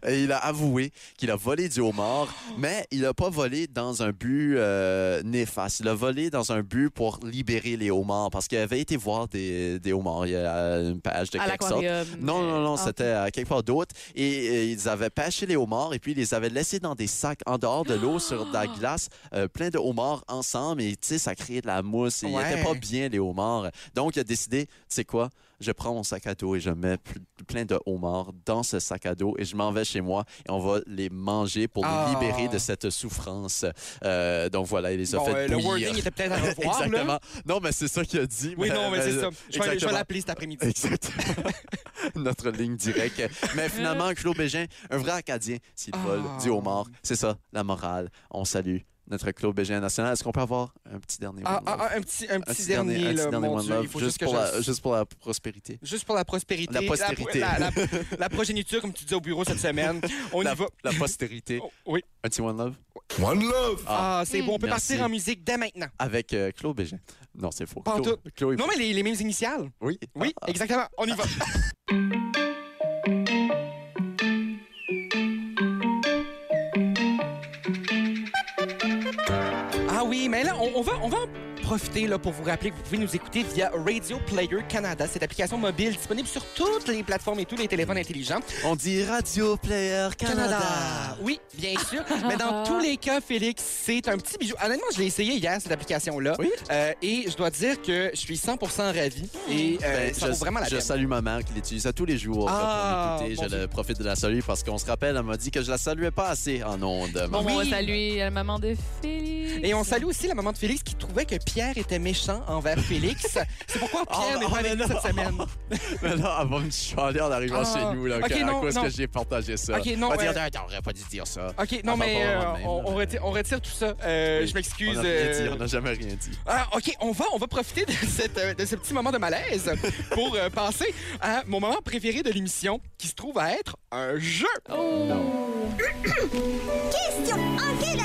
Speaker 4: Et il a avoué qu'il a volé du homard, mais il n'a pas volé dans un but euh, néfaste. Il a volé dans un but pour libérer les homards parce qu'il avait été voir des, des homards. Il y a euh, une page de
Speaker 5: À
Speaker 4: quelque sorte.
Speaker 5: l'aquarium.
Speaker 4: Non, non, non,
Speaker 5: Ah,
Speaker 4: c'était à quelque part d'autre. Et euh, ils avaient pêché les homards et puis ils les avaient laissés dans des sacs en dehors de l'eau sur de
Speaker 3: Ah!
Speaker 4: la glace, euh, plein de homards ensemble. Et tu sais, ça créait de la mousse. Et Ils
Speaker 3: Ouais.
Speaker 4: n'étaient pas bien, les homards. Donc, il a décidé, tu sais quoi, je prends mon sac à dos et je mets pl- plein de homards dans ce sac à dos et je m'en vais chez moi et on va les manger pour
Speaker 3: Ah.
Speaker 4: les libérer de cette souffrance. Euh, donc voilà, il les a
Speaker 3: Bon,
Speaker 4: fait
Speaker 3: euh, le
Speaker 4: bouillir.
Speaker 3: wording était peut-être à revoir, là.
Speaker 4: <laughs> Exactement. Non, mais c'est ça qu'il a dit. Euh,
Speaker 3: Oui, non, mais c'est ça. Je vais- Je vais
Speaker 4: exactement.
Speaker 3: l'appeler cet après-midi.
Speaker 4: Exactement. <laughs> Notre ligne directe. Mais finalement, Claude Bégin, un vrai Acadien, s'il
Speaker 3: Ah.
Speaker 4: vole du homard, c'est ça, la morale. On salue notre Claude Bégin national. Est-ce qu'on peut avoir un petit dernier
Speaker 3: Ah,
Speaker 4: one
Speaker 3: ah,
Speaker 4: love?
Speaker 3: ah, un petit, un
Speaker 4: Un
Speaker 3: petit dernier,
Speaker 4: un
Speaker 3: là,
Speaker 4: petit dernier
Speaker 3: mon
Speaker 4: one
Speaker 3: Dieu,
Speaker 4: love,
Speaker 3: il faut
Speaker 4: juste,
Speaker 3: juste que
Speaker 4: pour
Speaker 3: je-
Speaker 4: la, juste pour la prospérité.
Speaker 3: Juste pour la prospérité.
Speaker 4: La postérité.
Speaker 3: La,
Speaker 4: <laughs>
Speaker 3: la- la- la progéniture, comme tu dis au bureau cette semaine. On
Speaker 4: la,
Speaker 3: y va.
Speaker 4: la postérité.
Speaker 3: Oh, oui.
Speaker 4: Un petit one love
Speaker 8: One love.
Speaker 4: Ah.
Speaker 3: Ah, c'est bon. On peut
Speaker 4: Merci.
Speaker 3: partir en musique dès maintenant.
Speaker 4: avec euh, Claude Bégin. Non, c'est faux.
Speaker 3: Pas en
Speaker 4: Claude, Claude est-
Speaker 3: Non, mais les, les mêmes initiales.
Speaker 4: Oui.
Speaker 3: Oui, exactement. On y va. Ah oui, mais là, on, on va, on va en profiter là, pour vous rappeler que vous pouvez nous écouter via Radio Player Canada, cette application mobile disponible sur toutes les plateformes et tous les téléphones intelligents.
Speaker 4: On dit Radio Player Canada.
Speaker 3: Oui, bien sûr. Mais dans tous les cas, Félix, c'est un petit bijou. Honnêtement, je l'ai essayé hier, cette application-là.
Speaker 4: Oui.
Speaker 3: Euh, et je dois dire que je suis 100 ravi. Et euh,
Speaker 4: Ben,
Speaker 3: ça
Speaker 4: je,
Speaker 3: vaut vraiment la
Speaker 4: je
Speaker 3: peine.
Speaker 4: salue ma mère qui l'utilise à tous les jours
Speaker 3: Ah,
Speaker 4: pour m'écouter.
Speaker 3: mon
Speaker 4: Je le profite de la saluer parce qu'on se rappelle, elle m'a dit que je la saluais pas assez en ondes.
Speaker 5: Bon, on va
Speaker 3: Oui.
Speaker 5: saluer la maman de Félix.
Speaker 3: Et on salue aussi la maman de Félix qui trouvait que Pierre était méchant envers Félix. C'est pourquoi Pierre
Speaker 4: Oh,
Speaker 3: n'est
Speaker 4: oh,
Speaker 3: pas avec
Speaker 4: mais
Speaker 3: nous
Speaker 4: non.
Speaker 3: cette semaine.
Speaker 4: <laughs> Mais là, elle va me chialer en arrivant
Speaker 3: Ah.
Speaker 4: chez nous, là,
Speaker 3: Ok,
Speaker 4: que- à
Speaker 3: non,
Speaker 4: cause
Speaker 3: non.
Speaker 4: que j'ai partagé ça.
Speaker 3: Ok, non,
Speaker 4: On va dire,
Speaker 3: euh,
Speaker 4: Attends, on aurait pas dû dire ça.
Speaker 3: OK, non,
Speaker 4: On va
Speaker 3: mais
Speaker 4: pas
Speaker 3: euh,
Speaker 4: voir même,
Speaker 3: on, on
Speaker 4: là.
Speaker 3: retire, on retire tout ça. Euh,
Speaker 4: Oui,
Speaker 3: Je m'excuse.
Speaker 4: on n'a rien dit,
Speaker 3: euh,
Speaker 4: on n'a jamais rien dit.
Speaker 3: Ah, OK, on va, on va profiter de, cette, euh, de ce petit moment de malaise pour euh, passer à mon moment préféré de l'émission qui se trouve à être un jeu.
Speaker 9: Question en quelle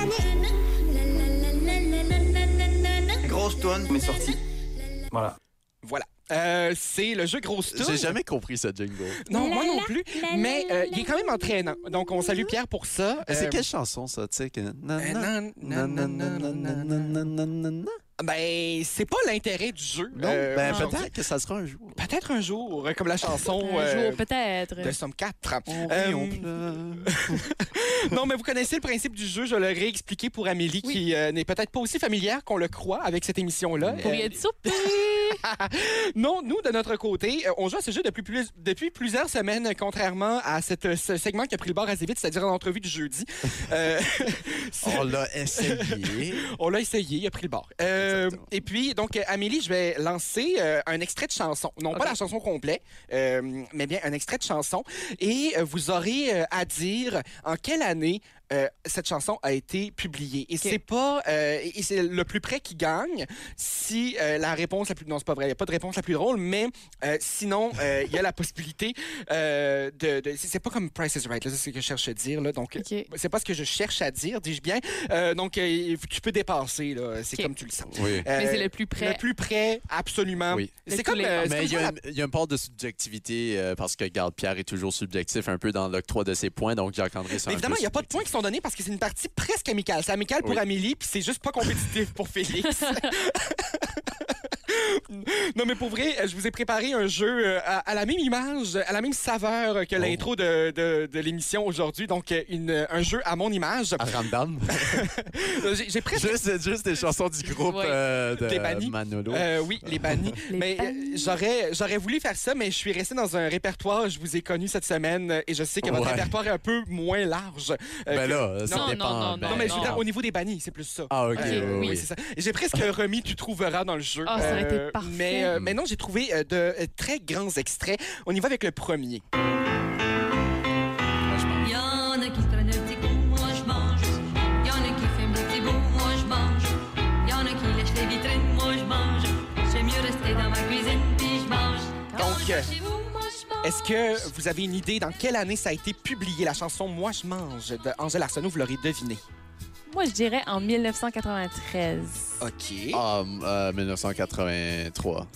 Speaker 9: année Grosse toune, mais sortie.
Speaker 3: Voilà. Euh, c'est le jeu Grosse Toune.
Speaker 4: J'ai jamais compris ce jingle.
Speaker 3: Non, moi non plus.
Speaker 9: la,
Speaker 3: Mais
Speaker 9: la,
Speaker 3: euh,
Speaker 9: la,
Speaker 3: il est quand même entraînant. Donc, on salue Pierre pour ça.
Speaker 4: Mais C'est
Speaker 3: Euh,
Speaker 4: quelle chanson, ça, tu sais? Que...
Speaker 3: euh, nan, nan, nan, nan, nan, nan.
Speaker 4: Non,
Speaker 3: Ben, c'est pas l'intérêt du jeu. euh,
Speaker 4: ben
Speaker 3: aujourd'hui.
Speaker 4: peut-être que ça sera un jour.
Speaker 3: Peut-être un jour, euh, comme la chanson
Speaker 5: Un
Speaker 3: euh,
Speaker 5: jour, peut-être.
Speaker 3: de Somme 4.
Speaker 4: On
Speaker 3: Euh,
Speaker 4: rit, on pleure.
Speaker 3: <laughs> Non, mais vous connaissez le principe du jeu. Je le réexpliqué pour Amélie, qui euh, n'est peut-être pas aussi familière qu'on le croit avec cette émission-là.
Speaker 5: Pour
Speaker 3: Euh,
Speaker 5: y être surpris.
Speaker 3: non, nous, de notre côté, euh, on joue à ce jeu depuis, plus- depuis plusieurs semaines, contrairement à cette, euh, ce segment qui a pris le bord assez vite, c'est-à-dire l'entrevue du jeudi. Euh, <laughs>
Speaker 4: On l'a essayé.
Speaker 3: on l'a essayé, il a pris le bord. Euh,
Speaker 4: Exactement.
Speaker 3: et puis, donc, euh, Amélie, je vais lancer euh, un extrait de chanson. Non pas la chanson complète, euh, mais bien un extrait de chanson. Et euh, vous aurez euh, à dire en quelle année euh, cette chanson a été publiée. Et c'est pas... euh, et c'est le plus près qui gagne si euh, la réponse la plus... Non, c'est pas vrai. Il n'y a pas de réponse la plus drôle, mais euh, sinon, euh, il y a la possibilité euh, de... de- c'est- c'est pas comme Price is Right, là, c'est ce que je cherche à dire. Là, donc,
Speaker 5: OK.
Speaker 3: c'est pas ce que je cherche à dire, dis-je bien. Euh, donc, euh, tu peux dépasser, là. C'est
Speaker 5: Ok.
Speaker 3: comme tu le sens.
Speaker 4: Oui.
Speaker 3: Euh,
Speaker 5: Mais c'est le plus près.
Speaker 3: le plus près, absolument.
Speaker 4: Oui.
Speaker 5: Le
Speaker 3: C'est comme.
Speaker 5: tous les-
Speaker 3: euh, c'est
Speaker 4: Mais
Speaker 3: comme
Speaker 4: il y, a
Speaker 3: ça,
Speaker 4: une- il y a une part de subjectivité euh, parce que, regarde, Pierre est toujours subjectif un peu dans l'octroi de ses points, donc Jacques-André, c'est
Speaker 3: Mais
Speaker 4: un
Speaker 3: évidemment,
Speaker 4: peu
Speaker 3: il n'y a pas de points qui sont donnés parce que c'est une partie presque amicale. C'est amical pour
Speaker 4: Oui.
Speaker 3: Amélie, puis c'est juste pas compétitif pour
Speaker 4: <laughs>
Speaker 3: Félix. non, mais pour vrai, euh, je vous ai préparé un jeu euh, à, à la même image, à la même saveur
Speaker 4: Oh.
Speaker 3: que l'intro de, de- de l'émission aujourd'hui. Donc, euh, une, euh, un jeu à mon image.
Speaker 4: À Ramdam.
Speaker 3: <laughs> Euh, J'ai j'ai presque.
Speaker 4: juste, juste des chansons du groupe
Speaker 5: Ouais.
Speaker 4: euh, de
Speaker 3: Des bannis.
Speaker 4: Manolo.
Speaker 3: Euh, oui, les
Speaker 4: <laughs>
Speaker 3: bannis.
Speaker 5: Les
Speaker 3: mais euh,
Speaker 5: bannis.
Speaker 3: j'aurais j'aurais voulu faire ça, mais je suis resté dans un répertoire. Je vous ai connu cette semaine euh, et je sais que votre
Speaker 4: Ouais.
Speaker 3: répertoire est un peu moins large. euh,
Speaker 4: ben
Speaker 3: que-
Speaker 4: là, ça
Speaker 5: Non,
Speaker 4: dépend.
Speaker 5: non,
Speaker 4: ben
Speaker 5: non, non,
Speaker 3: non, mais je veux
Speaker 5: non.
Speaker 3: dire, au niveau des bannis, c'est plus ça.
Speaker 4: Ah, ok,
Speaker 5: Euh,
Speaker 4: oui,
Speaker 5: oui,
Speaker 4: oui.
Speaker 3: c'est ça. J'ai
Speaker 4: <laughs>
Speaker 3: presque remis Tu trouveras dans le jeu.
Speaker 5: Ah, ça aurait été
Speaker 3: Euh,
Speaker 5: parfait.
Speaker 3: Mais, euh, mais non, j'ai trouvé euh, de euh, très grands extraits. On y va avec le premier.
Speaker 9: Y'en a qui prennent un petit coup, moi je mange. Y'en a qui fument des petits bouts, moi je mange. Y'en a qui lèchent les vitrines, moi je mange. J'aime mieux rester dans ma cuisine, puis je mange.
Speaker 3: Donc, euh,
Speaker 9: Chez vous, moi je mange.
Speaker 3: Est-ce que vous avez une idée dans quelle année ça a été publié, la chanson Moi, je mange de Angèle Arsenault? Vous l'aurez deviné.
Speaker 5: Moi, je dirais en 1993.
Speaker 3: OK.
Speaker 4: Ah, euh, 1983.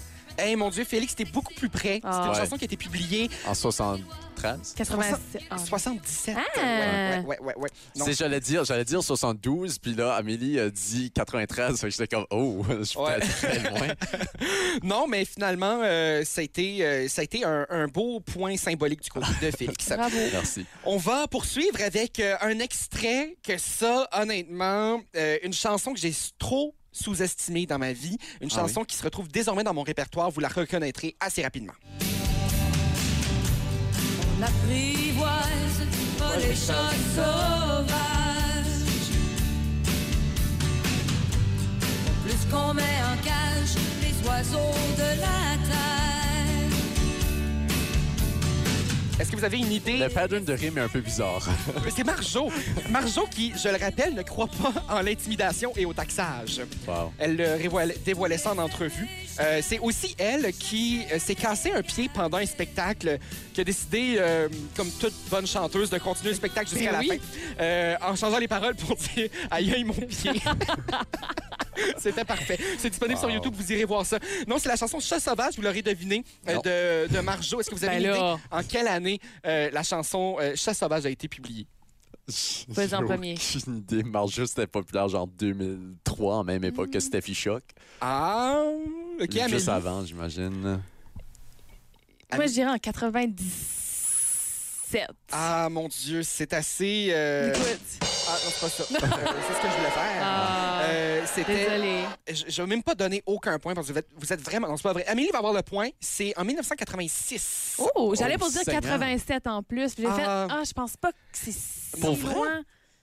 Speaker 3: Eh mon Dieu, Félix, t'es beaucoup plus près.
Speaker 5: Ah.
Speaker 3: C'était une
Speaker 4: Ouais.
Speaker 3: chanson qui a été publiée
Speaker 4: En 73?
Speaker 5: 87. Ah,
Speaker 3: 77.
Speaker 5: Ah!
Speaker 3: Ouais, ouais, ouais, ouais, ouais. Non.
Speaker 4: C'est, j'allais dire, j'allais dire 72, puis là, Amélie a dit 93, fait que j'étais comme, oh, <laughs> je suis
Speaker 3: Ouais.
Speaker 4: peut-être
Speaker 3: <laughs>
Speaker 4: très loin.
Speaker 3: Non, mais finalement, euh, ça a été, euh, ça a été un, un beau point symbolique du côté de Félix.
Speaker 5: Ah, Bravo.
Speaker 4: Merci.
Speaker 3: On va poursuivre avec euh, un extrait que ça, honnêtement, euh, une chanson que j'ai s- trop sous-estimée dans ma vie, une
Speaker 4: Ah
Speaker 3: chanson qui se retrouve désormais dans mon répertoire, vous la reconnaîtrez assez rapidement.
Speaker 9: La privoise, pas les choses sauvages. Plus qu'on met en cage les oiseaux de la terre.
Speaker 3: Est-ce que vous avez une idée?
Speaker 4: Le pattern de rime est un peu bizarre.
Speaker 3: C'est Marjo. Marjo qui, je le rappelle, ne croit pas en l'intimidation et au taxage.
Speaker 4: Wow.
Speaker 3: Elle le révoilait- dévoilait ça en entrevue. Euh, c'est aussi elle qui euh, s'est cassé un pied pendant un spectacle, qui a décidé, euh, comme toute bonne chanteuse, de continuer le spectacle jusqu'à la
Speaker 5: Ben oui.
Speaker 3: fin, euh, en changeant les paroles pour dire « Aïe, mon pied ». <laughs> C'était parfait. C'est disponible sur
Speaker 4: Wow.
Speaker 3: YouTube, vous irez voir ça. Non, c'est la chanson Chat sauvage, vous l'aurez deviné, euh,
Speaker 4: Non.
Speaker 3: de, de Marjo. Est-ce que vous avez
Speaker 5: Ben
Speaker 3: une idée
Speaker 5: là.
Speaker 3: en quelle année euh, la chanson euh, Chat sauvage a été publiée?
Speaker 5: Vas-y en
Speaker 4: J'ai
Speaker 5: premier.
Speaker 4: aucune idée. Marjo, c'était populaire genre 2003, en même époque
Speaker 5: Mm.
Speaker 4: que Steffi Shock.
Speaker 3: Ah, OK, Amélie.
Speaker 4: Juste avant, j'imagine.
Speaker 5: Moi, je dirais en 97.
Speaker 4: Euh,
Speaker 3: Ah, mon Dieu, c'est assez... euh,
Speaker 5: Écoute.
Speaker 3: Ah, non, c'est pas ça. Euh, c'est ce que je voulais faire.
Speaker 5: Ah.
Speaker 3: Euh, C'était.
Speaker 5: Désolée.
Speaker 3: Je je vais même pas donner aucun point parce que vous êtes, vous êtes vraiment. Non, c'est pas vrai. Amélie va avoir le point. C'est en 1986.
Speaker 5: Oh, j'allais
Speaker 4: Oh,
Speaker 5: pour dire
Speaker 4: Seigneur.
Speaker 5: 87 en plus. puis J'ai fait,
Speaker 3: Ah.
Speaker 5: ah, je pense pas que c'est si
Speaker 3: Pour vrai?
Speaker 5: loin.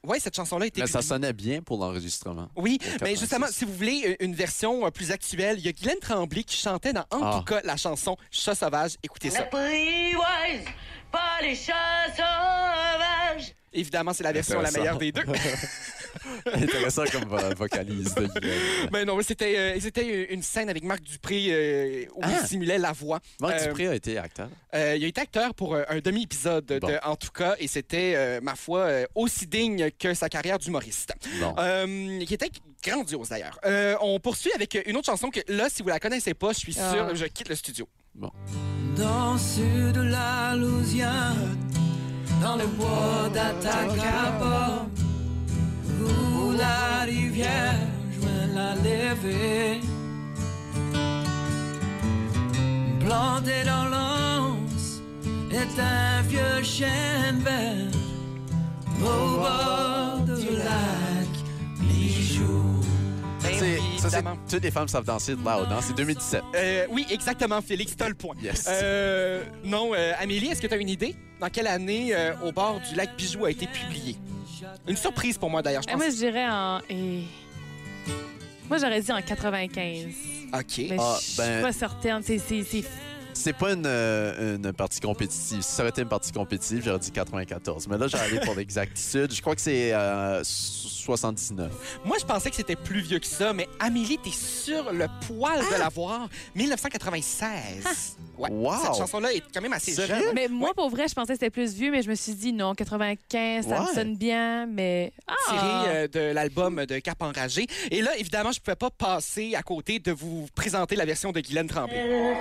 Speaker 3: Ouais, cette chanson-là était.
Speaker 4: Mais ça sonnait bien pour l'enregistrement. <laughs>
Speaker 3: Oui,
Speaker 4: Au
Speaker 3: mais justement,
Speaker 4: 86.
Speaker 3: si vous voulez une une version euh, plus actuelle, il y a Guylaine Tremblay qui chantait dans En
Speaker 4: Ah.
Speaker 3: tout cas la chanson Chat sauvage. Écoutez
Speaker 9: La
Speaker 3: ça.
Speaker 9: privoise, pas les chats sauvages.
Speaker 3: Évidemment, c'est la version la meilleure
Speaker 4: Intéressant.
Speaker 3: des deux.
Speaker 4: <laughs> Intéressant comme vo- vocaliste. de Guillaume.
Speaker 3: mais non, mais c'était euh, c'était une scène avec Marc Dupré euh, où il
Speaker 4: Ah.
Speaker 3: simulait la voix.
Speaker 4: Marc
Speaker 3: Euh,
Speaker 4: Dupré a été acteur.
Speaker 3: Euh, il a été acteur pour euh, un demi-épisode de-
Speaker 4: Bon.
Speaker 3: de En tout cas, et c'était, euh, ma foi, euh, aussi digne que sa carrière d'humoriste.
Speaker 4: Bon.
Speaker 3: Euh, qui était grandiose d'ailleurs. Euh, on poursuit avec une autre chanson que là, si vous la connaissez pas, je suis
Speaker 5: Ah.
Speaker 3: sûr, je quitte le studio.
Speaker 9: Dans le sud de la Louisiane, dans le bois d'Atacama, où la rivière joint la levée. Planté dans l'anse est un vieux chêne vert au bord
Speaker 3: évidemment.
Speaker 4: Toutes- Toutes les femmes savent danser de loud, hein? C'est 2017.
Speaker 3: Euh, oui, exactement, Félix, t'as le point.
Speaker 4: Yes.
Speaker 3: Euh, non, euh, Amélie, est-ce que t'as une idée dans quelle année euh, Au bord du lac Bijou a été publié? Une surprise pour moi, d'ailleurs, je
Speaker 5: Eh,
Speaker 3: pense.
Speaker 5: moi, je dirais en. eh, Moi, j'aurais dit en 95.
Speaker 3: OK.
Speaker 5: Mais
Speaker 4: Ah,
Speaker 5: je suis
Speaker 4: ben-
Speaker 5: pas certaine. C'est- c'est- c'est-
Speaker 4: <laughs> C'est pas une, euh, une partie compétitive. Si ça avait été une partie compétitive, j'aurais dit 94. Mais là, j'ai allé pour l'exactitude. Je crois que c'est euh, 79.
Speaker 3: Moi, je pensais que c'était plus vieux que ça, mais Amélie, t'es sur le poil
Speaker 4: Ah!
Speaker 3: de l'avoir. 1996. Ouais.
Speaker 4: Wow.
Speaker 3: Cette chanson-là est quand même assez
Speaker 4: Sérieux?
Speaker 3: jeune.
Speaker 5: Mais moi, pour vrai, je pensais que c'était plus vieux, mais je me suis dit non, 95, ça me
Speaker 4: Ouais.
Speaker 5: sonne bien, mais. Ah!
Speaker 3: tirée euh, de l'album de Cap Enragé. Et là, évidemment, je ne pouvais pas passer à côté de vous présenter la version de Guylaine Tremblay.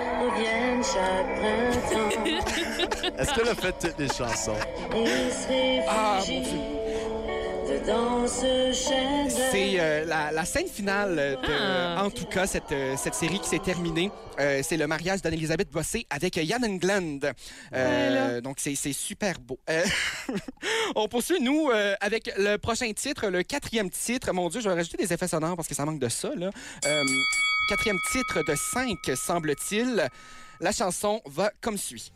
Speaker 4: Est-ce qu'elle a fait toutes les chansons?
Speaker 3: Ah, mon Dieu. C'est euh, la, la scène finale euh, de,
Speaker 5: Ah.
Speaker 3: en tout cas, cette, euh, cette série qui s'est terminée. Euh, c'est le mariage d'Anne-Elisabeth Bossé avec Yann Englund. Euh, donc, c'est c'est super beau. Euh, <laughs> on poursuit, nous, euh, avec le prochain titre, le quatrième titre. Mon Dieu, je vais rajouter des effets sonores parce que ça manque de ça, là. Euh, quatrième titre de cinq, semble-t-il. La chanson va comme suit.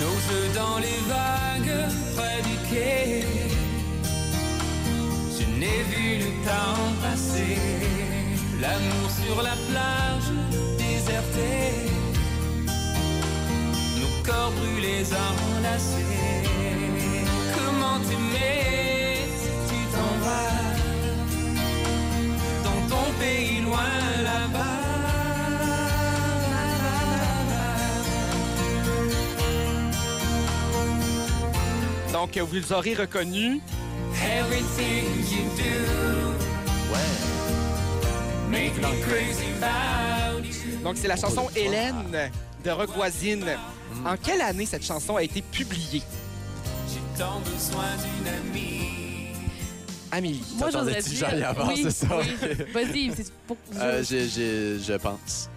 Speaker 10: Nos jeux dans les vagues près du quai. Je n'ai vu le temps passer. L'amour sur la plage désertée. Nos corps brûlés enlacés. Comment t'aimer si tu t'en vas dans ton pays loin là-bas?
Speaker 3: Donc, vous aurez reconnu.
Speaker 10: Everything you do make me crazy about you.
Speaker 3: Donc, c'est la chanson Hélène de Roquoisine.
Speaker 4: Mm.
Speaker 3: En quelle année cette chanson a été publiée,
Speaker 10: J'ai tant besoin d'une amie.
Speaker 3: Amélie?
Speaker 5: Moi,
Speaker 4: T'attendais-tu
Speaker 5: j'oserais
Speaker 4: que
Speaker 5: dire.
Speaker 4: j'aille avant,
Speaker 5: oui,
Speaker 4: c'est ça?
Speaker 5: oui. Vas-y, c'est pour.
Speaker 4: <laughs> Euh, j'ai- j'ai- je pense.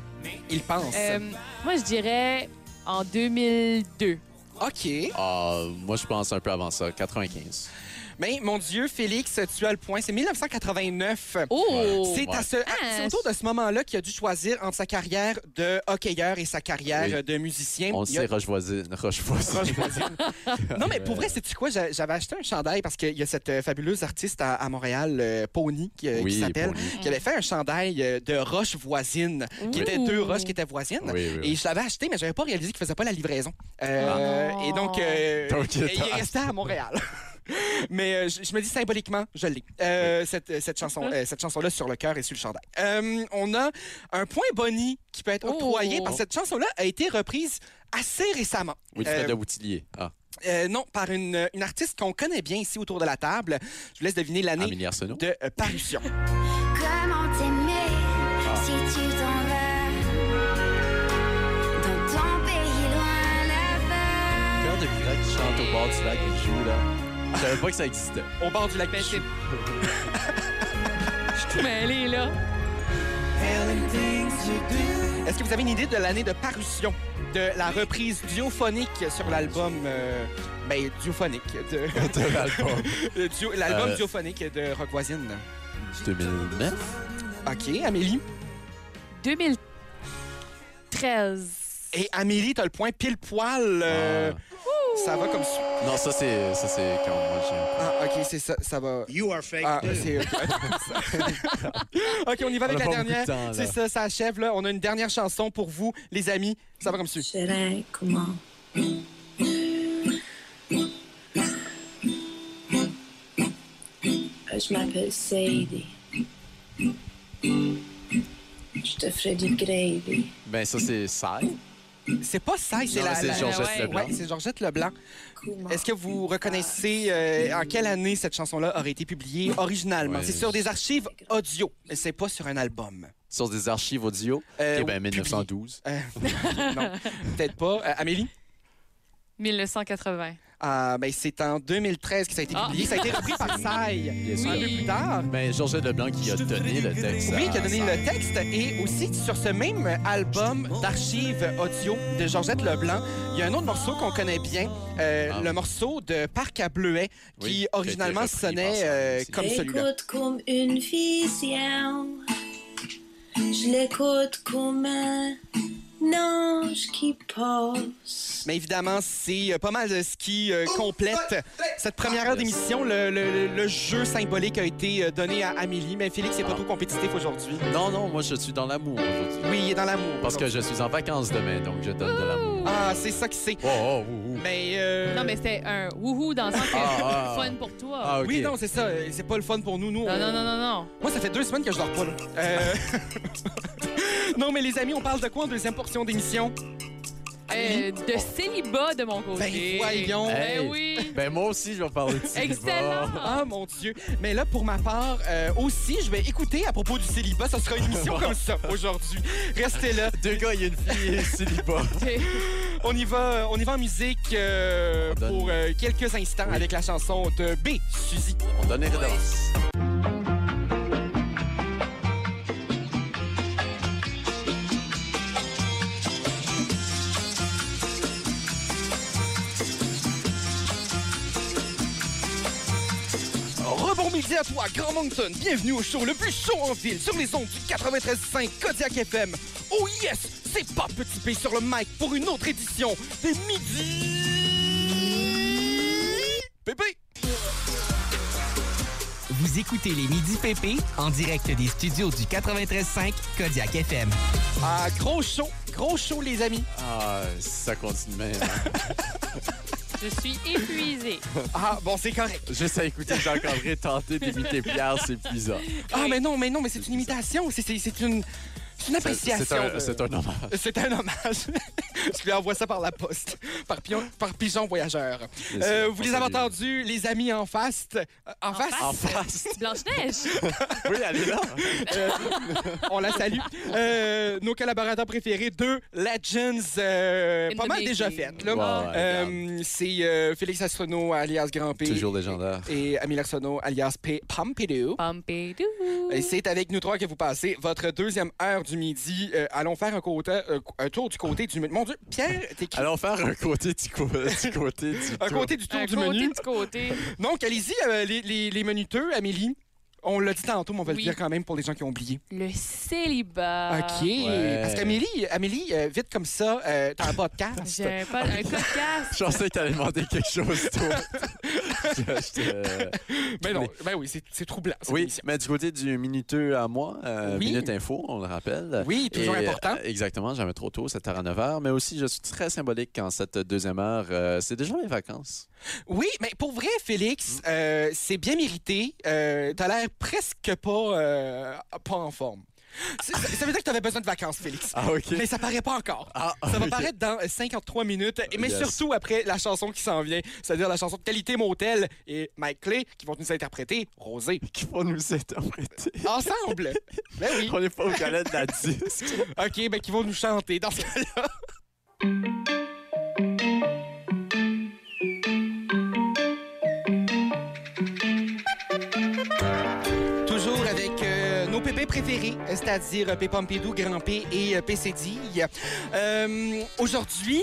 Speaker 3: Il pense.
Speaker 5: Euh, moi, je dirais en 2002.
Speaker 3: OK.
Speaker 4: Ah, moi, je pense un peu avant ça, 95.
Speaker 3: Mais mon Dieu, Félix, tu as le point. C'est 1989.
Speaker 5: Oh!
Speaker 3: C'est à
Speaker 4: ouais.
Speaker 3: ce- à- c'est autour de ce moment-là qu'il a dû choisir entre sa carrière de hockeyeur et sa carrière
Speaker 4: Oui.
Speaker 3: de musicien.
Speaker 4: On le
Speaker 3: Il a-
Speaker 4: sait, Rochevoisine. Rochevoisine.
Speaker 3: Non, mais pour vrai, sais-tu quoi? J'a- J'avais acheté un chandail parce qu'il y a cette euh, fabuleuse artiste à, à Montréal, euh, Pony, qui, euh, qui
Speaker 4: Oui,
Speaker 3: s'appelle,
Speaker 4: Pony.
Speaker 3: qui avait fait un chandail euh, de roche voisine, qui était
Speaker 5: Ouh.
Speaker 3: deux roches qui étaient voisines.
Speaker 4: Oui, oui, oui.
Speaker 3: Et je l'avais acheté, mais je n'avais pas réalisé qu'il ne faisait pas la livraison. Euh,
Speaker 5: Ah.
Speaker 3: Et donc, euh,
Speaker 4: Donc, il
Speaker 3: il
Speaker 4: est à-
Speaker 3: est resté à Montréal. <laughs> mais euh, je, je me dis symboliquement, je l'ai. Euh, cette, euh, cette chanson,
Speaker 5: Hum.
Speaker 3: euh, cette chanson-là sur le cœur et sur le chandail. Euh, on a un point Bonnie qui peut être octroyé
Speaker 5: Oh.
Speaker 3: parce que cette chanson-là a été reprise assez récemment.
Speaker 4: <laughs> Oui, tu fais
Speaker 3: Euh,
Speaker 4: de Boutillier. Ah,
Speaker 3: euh, non, par une, une artiste qu'on connaît bien ici autour de la table. Je vous laisse deviner l'année
Speaker 4: Amélie Arsenault.
Speaker 3: de euh,
Speaker 4: <laughs>
Speaker 3: parution.
Speaker 9: Comment t'aimer si tu t'en vas dans ton pays loin là-bas?
Speaker 4: Cœur de pirate qui chante au bord du lac et joue, là. Je savais pas que
Speaker 3: <laughs>
Speaker 4: ça existait.
Speaker 3: Au bord du lac
Speaker 4: Ben,
Speaker 3: Michigan.
Speaker 5: <laughs> Mais elle est là.
Speaker 3: Est-ce que vous avez une idée de l'année de parution de la reprise duophonique sur l'album... euh, ben, duophonique. De, <laughs>
Speaker 4: De l'album.
Speaker 3: le duo- l'album
Speaker 4: Euh.
Speaker 3: duophonique de Rock Voisine.
Speaker 4: 2009?
Speaker 3: OK, Amélie.
Speaker 5: 2013.
Speaker 3: Et Amélie, t'as le point pile poil. euh,
Speaker 4: Ah.
Speaker 3: Ça va comme ça.
Speaker 4: Non, ça, c'est ça, c'est quand moi, j'ai...
Speaker 3: Ah, OK, c'est ça. Ça va...
Speaker 2: You are fake.
Speaker 3: Ah, c'est...
Speaker 4: <laughs>
Speaker 3: OK, on y va avec
Speaker 4: On a
Speaker 3: la
Speaker 4: pas beaucoup de
Speaker 3: dernière.
Speaker 4: temps, là.
Speaker 3: C'est ça, ça achève. Là. On a une dernière chanson pour vous, les amis. Ça va comme suit.
Speaker 9: comment? Je m'appelle Sadie. Je te ferai du gravy.
Speaker 4: Ben, ça, c'est ça.
Speaker 3: C'est pas ça, c'est
Speaker 4: Non,
Speaker 3: la.
Speaker 4: c'est
Speaker 3: la-
Speaker 4: Georgette
Speaker 5: ouais.
Speaker 4: Leblanc.
Speaker 3: Ouais, c'est Georgette Leblanc.
Speaker 9: Comment?
Speaker 3: Est-ce que vous reconnaissez euh, en quelle année cette chanson-là aurait été publiée originalement?
Speaker 4: Ouais.
Speaker 3: C'est sur des archives audio, mais c'est pas sur un album.
Speaker 4: Sur des archives audio.
Speaker 3: Euh,
Speaker 4: Eh ben,
Speaker 3: <laughs> publié.
Speaker 4: 1912.
Speaker 3: Euh, non, peut-être pas. Euh, Amélie?
Speaker 5: 1980.
Speaker 3: Ah, ben, c'est en 2013 que ça a été
Speaker 5: Ah.
Speaker 3: publié. Ça a été repris par Sai un peu plus tard.
Speaker 4: Ben, Georgette Leblanc qui a donné le texte.
Speaker 3: Oui, qui a donné
Speaker 4: à-
Speaker 3: le texte. Et aussi, sur ce même album d'archives audio de Georgette Leblanc, il y a un autre morceau qu'on connaît bien, euh,
Speaker 4: Ah.
Speaker 3: le morceau de Parc à Bleuet, qui
Speaker 4: Oui, qui a été
Speaker 3: originalement
Speaker 4: repris par
Speaker 3: sonnait
Speaker 4: Sam
Speaker 3: euh,
Speaker 4: aussi.
Speaker 3: comme celui-là.
Speaker 11: J'écoute comme une vision. Je l'écoute comme un ange qui passe.
Speaker 3: Mais évidemment, c'est euh, pas mal de ce qui euh, complète cette première heure d'émission. Le, le- le jeu symbolique a été euh, donné à Amélie, mais Félix n'est pas trop compétitif aujourd'hui.
Speaker 4: Non, non, moi, je suis dans l'amour aujourd'hui.
Speaker 3: Oui, il est dans l'amour.
Speaker 4: Parce que je suis en vacances demain, donc je donne de l'amour.
Speaker 3: Ah, c'est ça qui c'est.
Speaker 4: Oh, oh, ouh, ouh.
Speaker 3: Mais euh,
Speaker 5: Non, mais c'était un wouhou dans le sens que
Speaker 4: Ah, ah.
Speaker 5: fun pour toi.
Speaker 4: Ah, ok.
Speaker 3: Oui, non, c'est ça. Euh, C'est pas le fun pour nous. nous
Speaker 5: Non,
Speaker 3: on-
Speaker 5: non, non, non, non.
Speaker 3: Moi, ça fait deux semaines que je dors pas, là. Euh, <laughs> non, mais les amis, on parle de quoi en deuxième portion d'émission?
Speaker 5: Euh, de célibat de mon côté.
Speaker 3: Ben, voyons.
Speaker 5: Ben
Speaker 4: Hey.
Speaker 5: oui.
Speaker 4: Ben, moi aussi, je vais parler de ça.
Speaker 5: Excellent.
Speaker 3: Ah, mon Dieu. Mais là, pour ma part, euh, aussi, je vais écouter à propos du célibat. Ça sera une émission comme ça aujourd'hui. Restez là.
Speaker 4: Deux gars, il y a une fille et célibat.
Speaker 3: On y va, on y va en musique euh,
Speaker 4: On donne.
Speaker 3: pour euh, quelques instants avec la chanson de B, Suzy.
Speaker 4: On donne les redevances.
Speaker 3: Rebon midi à toi, Grand Moncton. Bienvenue au show le plus chaud en ville sur les ondes du 93.5 Kodiak FM. Oh yes, c'est pas Petit P sur le mic pour une autre édition des Midi. Pépé!
Speaker 1: Vous écoutez les Midi PP en direct des studios du 93.5 Kodiak FM.
Speaker 3: Ah, gros show, gros show, les amis.
Speaker 4: Ah, ça continue hein. même.
Speaker 5: Je suis épuisée.
Speaker 3: Ah, bon, c'est correct.
Speaker 4: Juste à écouter Jean-Candré tenter d'imiter Pierre, c'est bizarre.
Speaker 3: Ah, mais non, mais non, mais c'est une imitation. C'est- C'est c'est une. C'est une
Speaker 4: C'est-
Speaker 3: appréciation. euh.
Speaker 4: C'est un,
Speaker 3: de-
Speaker 4: c'est un hommage.
Speaker 3: C'est un hommage. <laughs> Je lui envoie ça par la poste, par, pion- par pigeon voyageur.
Speaker 4: Bien
Speaker 3: Euh,
Speaker 4: sûr,
Speaker 3: vous
Speaker 4: on
Speaker 3: les avez
Speaker 4: salue.
Speaker 3: entendus, les amis en face. euh, En, face,
Speaker 4: En face.
Speaker 5: Blanche-Neige.
Speaker 4: Oui, elle est là.
Speaker 3: euh, on la salue. Euh, nos collaborateurs préférés, deux legends, euh,
Speaker 5: In
Speaker 3: pas
Speaker 5: the
Speaker 3: mal
Speaker 5: making.
Speaker 3: déjà faites. là.
Speaker 4: Ouais, ouais,
Speaker 3: Euh,
Speaker 4: regarde.
Speaker 3: c'est euh, Félix Astronaut, alias Grand P.
Speaker 4: <laughs> Toujours légendaire.
Speaker 3: Et Amélie Arsenault, alias P. Pompidou.
Speaker 5: Pompidou.
Speaker 3: Et Ben, c'est avec nous trois que vous passez votre deuxième heure du midi. Euh, allons faire un, côté, euh, un tour du côté du... Mon Dieu, Pierre, t'es qui?
Speaker 4: Allons faire un côté du, co- du côté du
Speaker 3: un
Speaker 4: tour.
Speaker 3: côté du tour
Speaker 5: Un
Speaker 3: du
Speaker 5: côté
Speaker 3: menu.
Speaker 5: du côté.
Speaker 3: Donc, allez-y, euh, les, les, les menuteux, Amélie. On l'a dit tantôt, mais on va le
Speaker 5: Oui.
Speaker 3: dire quand même pour les gens qui ont oublié.
Speaker 5: Le célibat.
Speaker 3: OK.
Speaker 4: Ouais.
Speaker 3: Parce qu'Amélie, Amélie, euh, vite comme ça, euh, t'as un podcast.
Speaker 5: J'ai un, pod- un podcast.
Speaker 4: Je pensais que t'allais demander quelque chose, <laughs> toi. Je te-
Speaker 3: <laughs> Ben non, ben oui, c'est c'est troublant. cette
Speaker 4: Oui,
Speaker 3: émission.
Speaker 4: mais du côté du minuteux à moi, euh,
Speaker 3: Oui.
Speaker 4: Minute Info, on le rappelle.
Speaker 3: Oui, toujours
Speaker 4: Et,
Speaker 3: important.
Speaker 4: euh, exactement, jamais trop tôt, 7h à 9h. Mais aussi, je suis très symbolique quand cette deuxième heure, euh, c'est déjà mes vacances.
Speaker 3: Oui, mais pour vrai,
Speaker 4: Mm.
Speaker 3: Félix, euh, c'est bien mérité. Euh, t'as l'air presque pas, euh, pas en forme. C'est- Ça, ça veut dire que t'avais besoin de vacances, Félix.
Speaker 4: Ah, OK.
Speaker 3: Mais ça paraît pas encore.
Speaker 4: Ah,
Speaker 3: Ça va
Speaker 4: ok.
Speaker 3: paraître dans euh, 53 minutes, et- mais
Speaker 4: Yes.
Speaker 3: surtout après la chanson qui s'en vient, c'est-à-dire la chanson de Qualité Motel et Mike Clay qui vont nous interpréter Rosé.
Speaker 4: Qui vont nous interpréter. <laughs>
Speaker 3: Ensemble! ben Ah, oui.
Speaker 4: On n'est pas au galet de la disque.
Speaker 3: OK, ben qui vont nous chanter dans ce cas-là. Toujours avec euh, nos pépés préférés, c'est-à-dire euh, P. Pompidou, Grand P et euh, PCD. Euh, Aujourd'hui,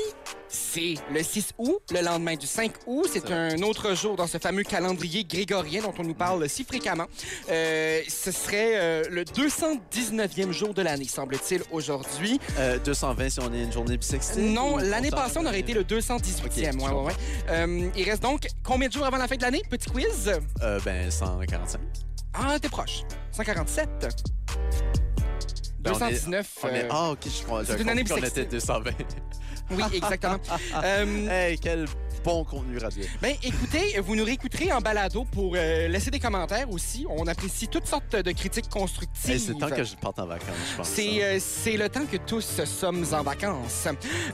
Speaker 3: c'est le 6 août, le lendemain du 5 août. C'est un autre jour dans ce fameux calendrier grégorien dont on nous parle si fréquemment. Euh, ce serait euh, le 219e jour de l'année, semble-t-il, aujourd'hui.
Speaker 4: <laughs> Euh, 220 si on est une journée bisextile.
Speaker 3: Non,
Speaker 4: ou
Speaker 3: l'année
Speaker 4: compteur,
Speaker 3: passée, on aurait été le 218e.
Speaker 4: Ok, je
Speaker 3: ouais, ouais, ouais. Euh, il reste donc combien de jours avant la fin de l'année? Petit quiz.
Speaker 4: Euh, ben, 145.
Speaker 3: Ah, t'es proche. 147.
Speaker 4: Ben, on est-
Speaker 3: 219.
Speaker 4: On est-
Speaker 3: euh,
Speaker 4: Ah, ok, je crois.
Speaker 3: c'est
Speaker 4: j'avais
Speaker 3: une année
Speaker 4: compris qu'on
Speaker 3: bissextile.
Speaker 4: était 220.
Speaker 3: Oui,
Speaker 4: <laughs>
Speaker 3: exactement. Euh,
Speaker 4: hey, quel bon contenu radio.
Speaker 3: Ben, écoutez, vous nous réécouterez en balado pour euh, laisser des commentaires aussi. On apprécie toutes sortes de critiques constructives.
Speaker 4: Hey, c'est le temps que je parte en vacances, je pense.
Speaker 3: C'est
Speaker 4: hein.
Speaker 3: euh, c'est le temps que tous sommes en
Speaker 4: <laughs>
Speaker 3: vacances.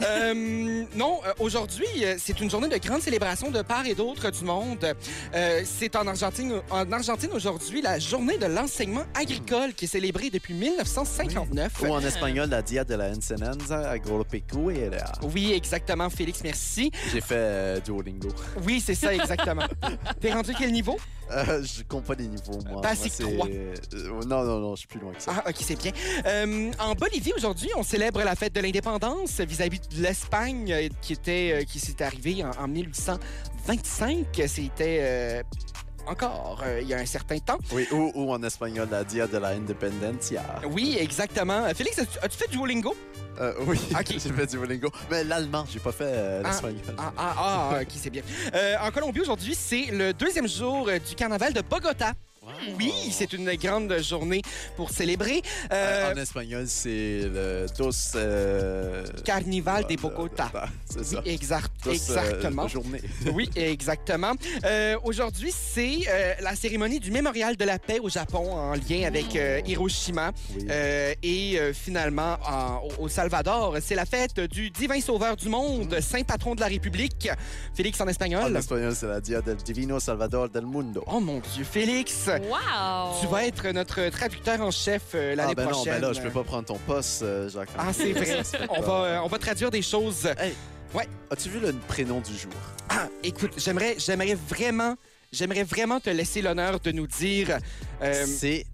Speaker 3: Euh, non, euh, aujourd'hui, euh, c'est une journée de grande célébration de part et d'autre du monde. Euh, c'est en Argentine, en Argentine aujourd'hui la journée de l'enseignement agricole qui est célébrée depuis 1959.
Speaker 4: Ou en espagnol, la dia de la enseñanza agropecuaria.
Speaker 3: Oui, exactement, Félix, merci.
Speaker 4: J'ai fait euh, Duolingo.
Speaker 3: Oui, c'est ça,
Speaker 4: <laughs>
Speaker 3: exactement. T'es rendu quel niveau?
Speaker 4: Euh, je compte pas les niveaux, moi.
Speaker 3: Bah,
Speaker 4: Moi,
Speaker 3: c'est trois.
Speaker 4: euh, non, non, non, je suis plus loin que ça.
Speaker 3: Ah, ok, c'est bien. Euh, en Bolivie, aujourd'hui, on célèbre la fête de l'indépendance vis-à-vis de l'Espagne euh, qui, était, euh, qui s'est arrivée en, en 1825. C'était euh, encore euh, il y a un certain temps.
Speaker 4: Oui, ou, ou en espagnol, la Dia de la Independencia.
Speaker 3: Oui, exactement. Euh, Félix, as-tu, as-tu fait du Duolingo?
Speaker 4: Euh, oui, <laughs> j'ai fait Duolingo. Mais l'allemand, j'ai pas fait euh,
Speaker 3: Ah,
Speaker 4: l'espagnol.
Speaker 3: Ah, ah, ah, ok, c'est bien. Euh, en Colombie, aujourd'hui, c'est le deuxième jour euh, du carnaval de Bogota. Oui, c'est une grande journée pour célébrer. Euh,
Speaker 4: Euh, en espagnol, c'est le dos... euh,
Speaker 3: Carnival de
Speaker 4: euh,
Speaker 3: Bogota.
Speaker 4: euh, C'est ça.
Speaker 3: Oui, exact,
Speaker 4: Dos, euh,
Speaker 3: exactement.
Speaker 4: journée.
Speaker 3: <laughs> oui, exactement. Euh, Aujourd'hui, c'est euh, la cérémonie du mémorial de la paix au Japon en lien avec euh, Hiroshima. Euh, et euh, finalement, en- au au Salvador, c'est la fête du divin sauveur du
Speaker 4: Mm.
Speaker 3: monde, saint patron de la République, Félix en espagnol.
Speaker 4: En espagnol, c'est la Dia del Divino Salvador del Mundo.
Speaker 3: Oh mon Dieu, Félix!
Speaker 5: Wow!
Speaker 3: Tu vas être notre traducteur en chef euh, l'année
Speaker 4: ah, ben
Speaker 3: prochaine.
Speaker 4: non, ben là, je peux pas prendre ton poste, euh, Jacques.
Speaker 3: Ah, c'est
Speaker 4: <laughs>
Speaker 3: vrai.
Speaker 4: Ça se fait
Speaker 3: on,
Speaker 4: pas.
Speaker 3: va, euh, on va traduire des choses. Ouais.
Speaker 4: As-tu vu le prénom du jour?
Speaker 3: Ah, écoute, j'aimerais, j'aimerais vraiment, j'aimerais vraiment te laisser l'honneur de nous dire. euh,
Speaker 4: C'est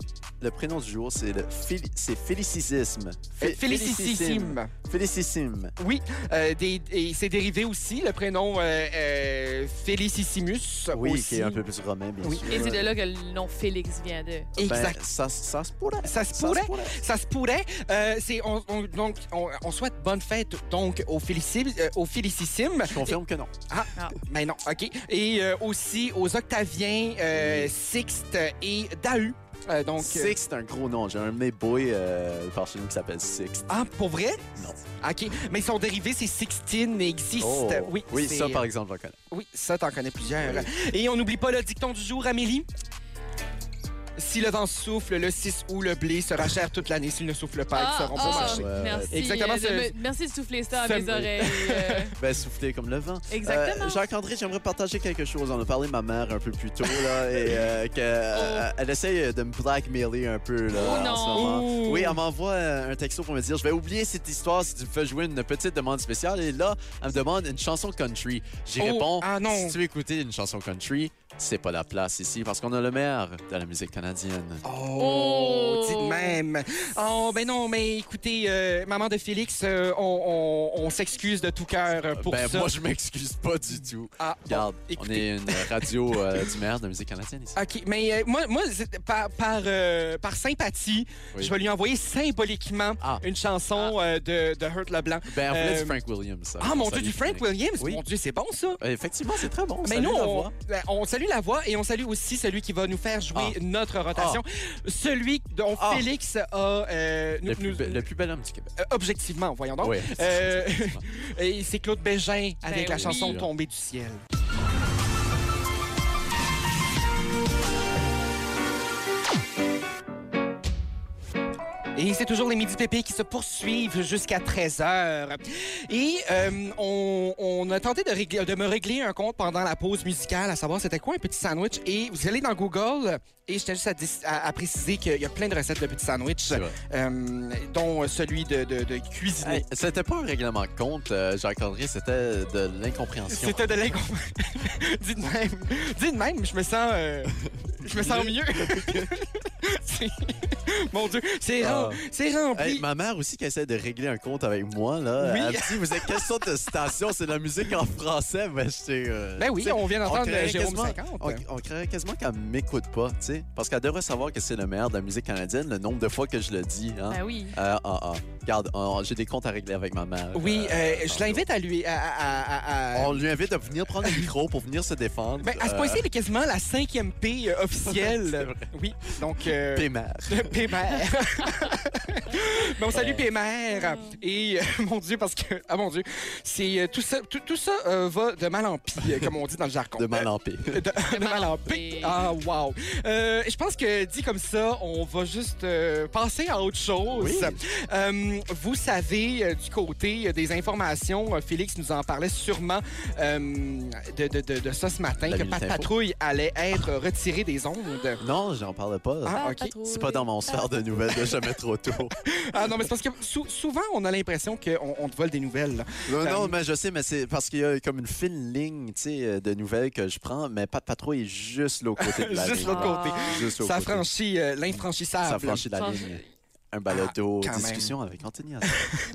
Speaker 4: le prénom du jour, c'est le féli- c'est félicisme.
Speaker 3: Euh, félicissime.
Speaker 4: Félicissime.
Speaker 3: Oui, euh, des- et c'est dérivé aussi, le prénom euh, euh, Felicissimus.
Speaker 4: Oui,
Speaker 3: aussi.
Speaker 4: qui est un peu plus romain, bien
Speaker 3: Oui.
Speaker 4: sûr.
Speaker 5: Et c'est de là que le nom Félix vient de.
Speaker 4: Ben,
Speaker 3: Exact.
Speaker 4: ça, ça se pourrait.
Speaker 3: Ça se
Speaker 4: Ça se
Speaker 3: pourrait.
Speaker 4: pourrait.
Speaker 3: Ça se pourrait. Euh, c'est, on, on- donc, on, on souhaite bonne fête donc au félicissime. au félicissime.
Speaker 4: Je confirme que non.
Speaker 3: Ah,
Speaker 5: Ah.
Speaker 3: mais non, OK. Et euh, aussi aux Octaviens, euh, Sixte et Dahu. Euh, <laughs> donc, euh,
Speaker 4: Six, c'est un gros nom. J'ai un de mes boys euh, par chez nous qui s'appelle Six.
Speaker 3: ah, pour vrai?
Speaker 4: Non.
Speaker 3: OK. Mais son dérivé, c'est Sixtine et Xiste.
Speaker 4: Oh.
Speaker 3: Oui, c'est- euh,
Speaker 4: ça, par exemple, j'en connais.
Speaker 3: Oui, ça, t'en connais plusieurs. Et on n'oublie pas le dicton du jour, Amélie. Si le vent souffle, le 6 ou le blé sera cher toute l'année. S'il ne souffle pas, ils seront
Speaker 5: ah,
Speaker 3: pas marchés.
Speaker 4: Ouais, ouais.
Speaker 5: Merci.
Speaker 3: Exactement,
Speaker 5: euh, de
Speaker 3: c'est-
Speaker 5: me- Merci de souffler ça à
Speaker 3: Ça
Speaker 5: mes
Speaker 3: me-
Speaker 5: oreilles.
Speaker 3: <laughs>
Speaker 5: euh.
Speaker 4: Ben, souffler comme le vent.
Speaker 5: Exactement.
Speaker 4: Euh, Jacques-André, j'aimerais partager quelque chose. On a parlé de ma mère un peu plus tôt, là,
Speaker 3: <laughs>
Speaker 4: et euh, que, euh, elle essaye de me blackmailer un peu, là,
Speaker 5: Oh
Speaker 4: en
Speaker 5: non.
Speaker 4: ce moment.
Speaker 3: Ouh.
Speaker 4: Oui, elle m'envoie euh, un texto pour me dire « Je vais oublier cette histoire si tu me fais jouer une petite demande spéciale. » Et là, elle me demande une chanson country. J'y
Speaker 3: Oh,
Speaker 4: réponds
Speaker 3: ah non.
Speaker 4: Si tu veux écouter une chanson country, c'est pas la place ici, parce qu'on a le maire de la musique canadienne.
Speaker 3: Oh,
Speaker 5: Oh.
Speaker 3: dites même. Oh, ben non, mais écoutez, euh, maman de Félix, euh, on, on- on s'excuse de tout cœur euh, pour
Speaker 4: ben,
Speaker 3: ça.
Speaker 4: moi, je m'excuse pas du tout.
Speaker 3: Ah, bon,
Speaker 4: Regarde, on
Speaker 3: écoutez.
Speaker 4: est une radio euh, du maire de la musique canadienne ici.
Speaker 3: OK, mais euh, moi, moi c'est- par, par, euh, par sympathie,
Speaker 4: Oui.
Speaker 3: je vais lui envoyer symboliquement
Speaker 4: Ah.
Speaker 3: une chanson euh, de, de Hurt LeBlanc.
Speaker 4: Ben, on voulait
Speaker 3: Euh,
Speaker 4: du Frank Williams. ça.
Speaker 3: Ah, mon Dieu,
Speaker 4: Salut,
Speaker 3: du Frank Williams.
Speaker 4: Oui.
Speaker 3: Mon Dieu, c'est bon, ça.
Speaker 4: Effectivement, c'est très bon.
Speaker 3: Mais
Speaker 4: Salut,
Speaker 3: nous,
Speaker 4: la
Speaker 3: on,
Speaker 4: voix.
Speaker 3: ben, on salue la voix et on salue aussi celui qui va nous faire jouer notre rotation. Celui dont
Speaker 4: Ah.
Speaker 3: Félix a euh, nous-
Speaker 4: le, plus
Speaker 3: nous-
Speaker 4: bel- le plus bel homme du Québec.
Speaker 3: euh, objectivement, voyons donc.
Speaker 4: Oui.
Speaker 3: Euh, <laughs> et c'est Claude Bégin avec
Speaker 5: Ben
Speaker 3: la
Speaker 5: oui.
Speaker 3: chanson Tombée du ciel. Et c'est toujours les midi pépés qui se poursuivent jusqu'à 13h. Et euh, on, on a tenté de, régler- de me régler un compte pendant la pause musicale, à savoir c'était quoi un petit sandwich. Et vous allez dans Google, et je tiens juste à, dis- à- à préciser qu'il y a plein de recettes de petits sandwichs,
Speaker 4: C'est vrai.
Speaker 3: euh, dont celui de, de, de cuisiner.
Speaker 4: Hey, c'était pas un règlement de compte, euh, Jacques-André, c'était de l'incompréhension.
Speaker 3: C'était de l'incompréhension. <laughs> Dis de même. Dis de même, je me sens. euh, je me sens mieux. <laughs> C'est- Mon Dieu, c'est
Speaker 4: Ah.
Speaker 3: rem- c'est rempli.
Speaker 4: Hey, ma mère aussi qui essaie de régler un compte avec moi, là.
Speaker 3: Oui.
Speaker 4: Elle me dit, vous êtes quelle sorte de station? C'est de la musique en français, mais je sais... euh,
Speaker 3: Ben oui,
Speaker 4: tu sais,
Speaker 3: on vient d'entendre
Speaker 4: créerait
Speaker 3: Jérôme euh.
Speaker 4: quasiment-
Speaker 3: 50.
Speaker 4: On, on créerait quasiment qu'elle m'écoute pas, tu sais. Parce qu'elle devrait savoir que c'est le maire de la musique canadienne, le nombre de fois que je le dis. Hein.
Speaker 5: Ben oui.
Speaker 4: Euh, ah, ah. Regarde, on- j'ai des comptes à régler avec ma mère.
Speaker 3: Oui,
Speaker 4: euh,
Speaker 3: euh, je
Speaker 4: tantôt.
Speaker 3: l'invite à lui. À, à- à- à-
Speaker 4: On lui invite à venir prendre le micro pour venir se défendre.
Speaker 3: Euh, Ben, à ce
Speaker 4: Euh, <laughs>
Speaker 3: point-ci, elle est quasiment la cinquième P euh,
Speaker 4: C'est
Speaker 3: officielle.
Speaker 4: vrai.
Speaker 3: oui, donc. euh,
Speaker 4: Pémère.
Speaker 3: <laughs> Pémère. Mais on salue Pémère. Et euh, <laughs> mon Dieu, parce que, ah mon Dieu, c'est euh, tout ça, tout, tout ça euh, va de mal en pis, euh, comme on dit dans le jargon. Euh,
Speaker 4: De mal en paix.
Speaker 3: De, de mal en paix. Ah, wow. Euh, je pense que dit comme ça, on va juste euh, passer à autre chose.
Speaker 4: Oui.
Speaker 3: Euh, vous savez, euh, du côté euh, des informations, euh, Félix nous en parlait sûrement euh, de, de- de- de ça ce matin,
Speaker 4: La
Speaker 3: que
Speaker 4: Minute
Speaker 3: Pat
Speaker 4: Info.
Speaker 3: Patrouille allait être retiré des ondes.
Speaker 4: Non, j'en parle pas.
Speaker 3: Ah,
Speaker 5: la patrouille.
Speaker 4: C'est pas dans mon sphère de nouvelles de jamais
Speaker 3: <laughs>
Speaker 4: trop tôt.
Speaker 3: Ah non, mais c'est parce que sou- souvent, on a l'impression qu'on on te vole des nouvelles. là.
Speaker 4: Non,
Speaker 3: Euh,
Speaker 4: non, mais je sais, mais c'est parce qu'il y a comme une fine ligne tu sais, euh, de nouvelles que je prends, mais pas de patrouille est juste l'autre côté de
Speaker 3: <laughs>
Speaker 4: la
Speaker 3: Juste
Speaker 4: ligne. Ah.
Speaker 3: l'autre côté.
Speaker 4: Juste l'autre
Speaker 3: Ça
Speaker 4: côté.
Speaker 3: franchit euh, l'infranchissable.
Speaker 4: Ça franchit la ligne. Un balado,
Speaker 3: Ah, quand
Speaker 4: discussion avec Anthony Hazard.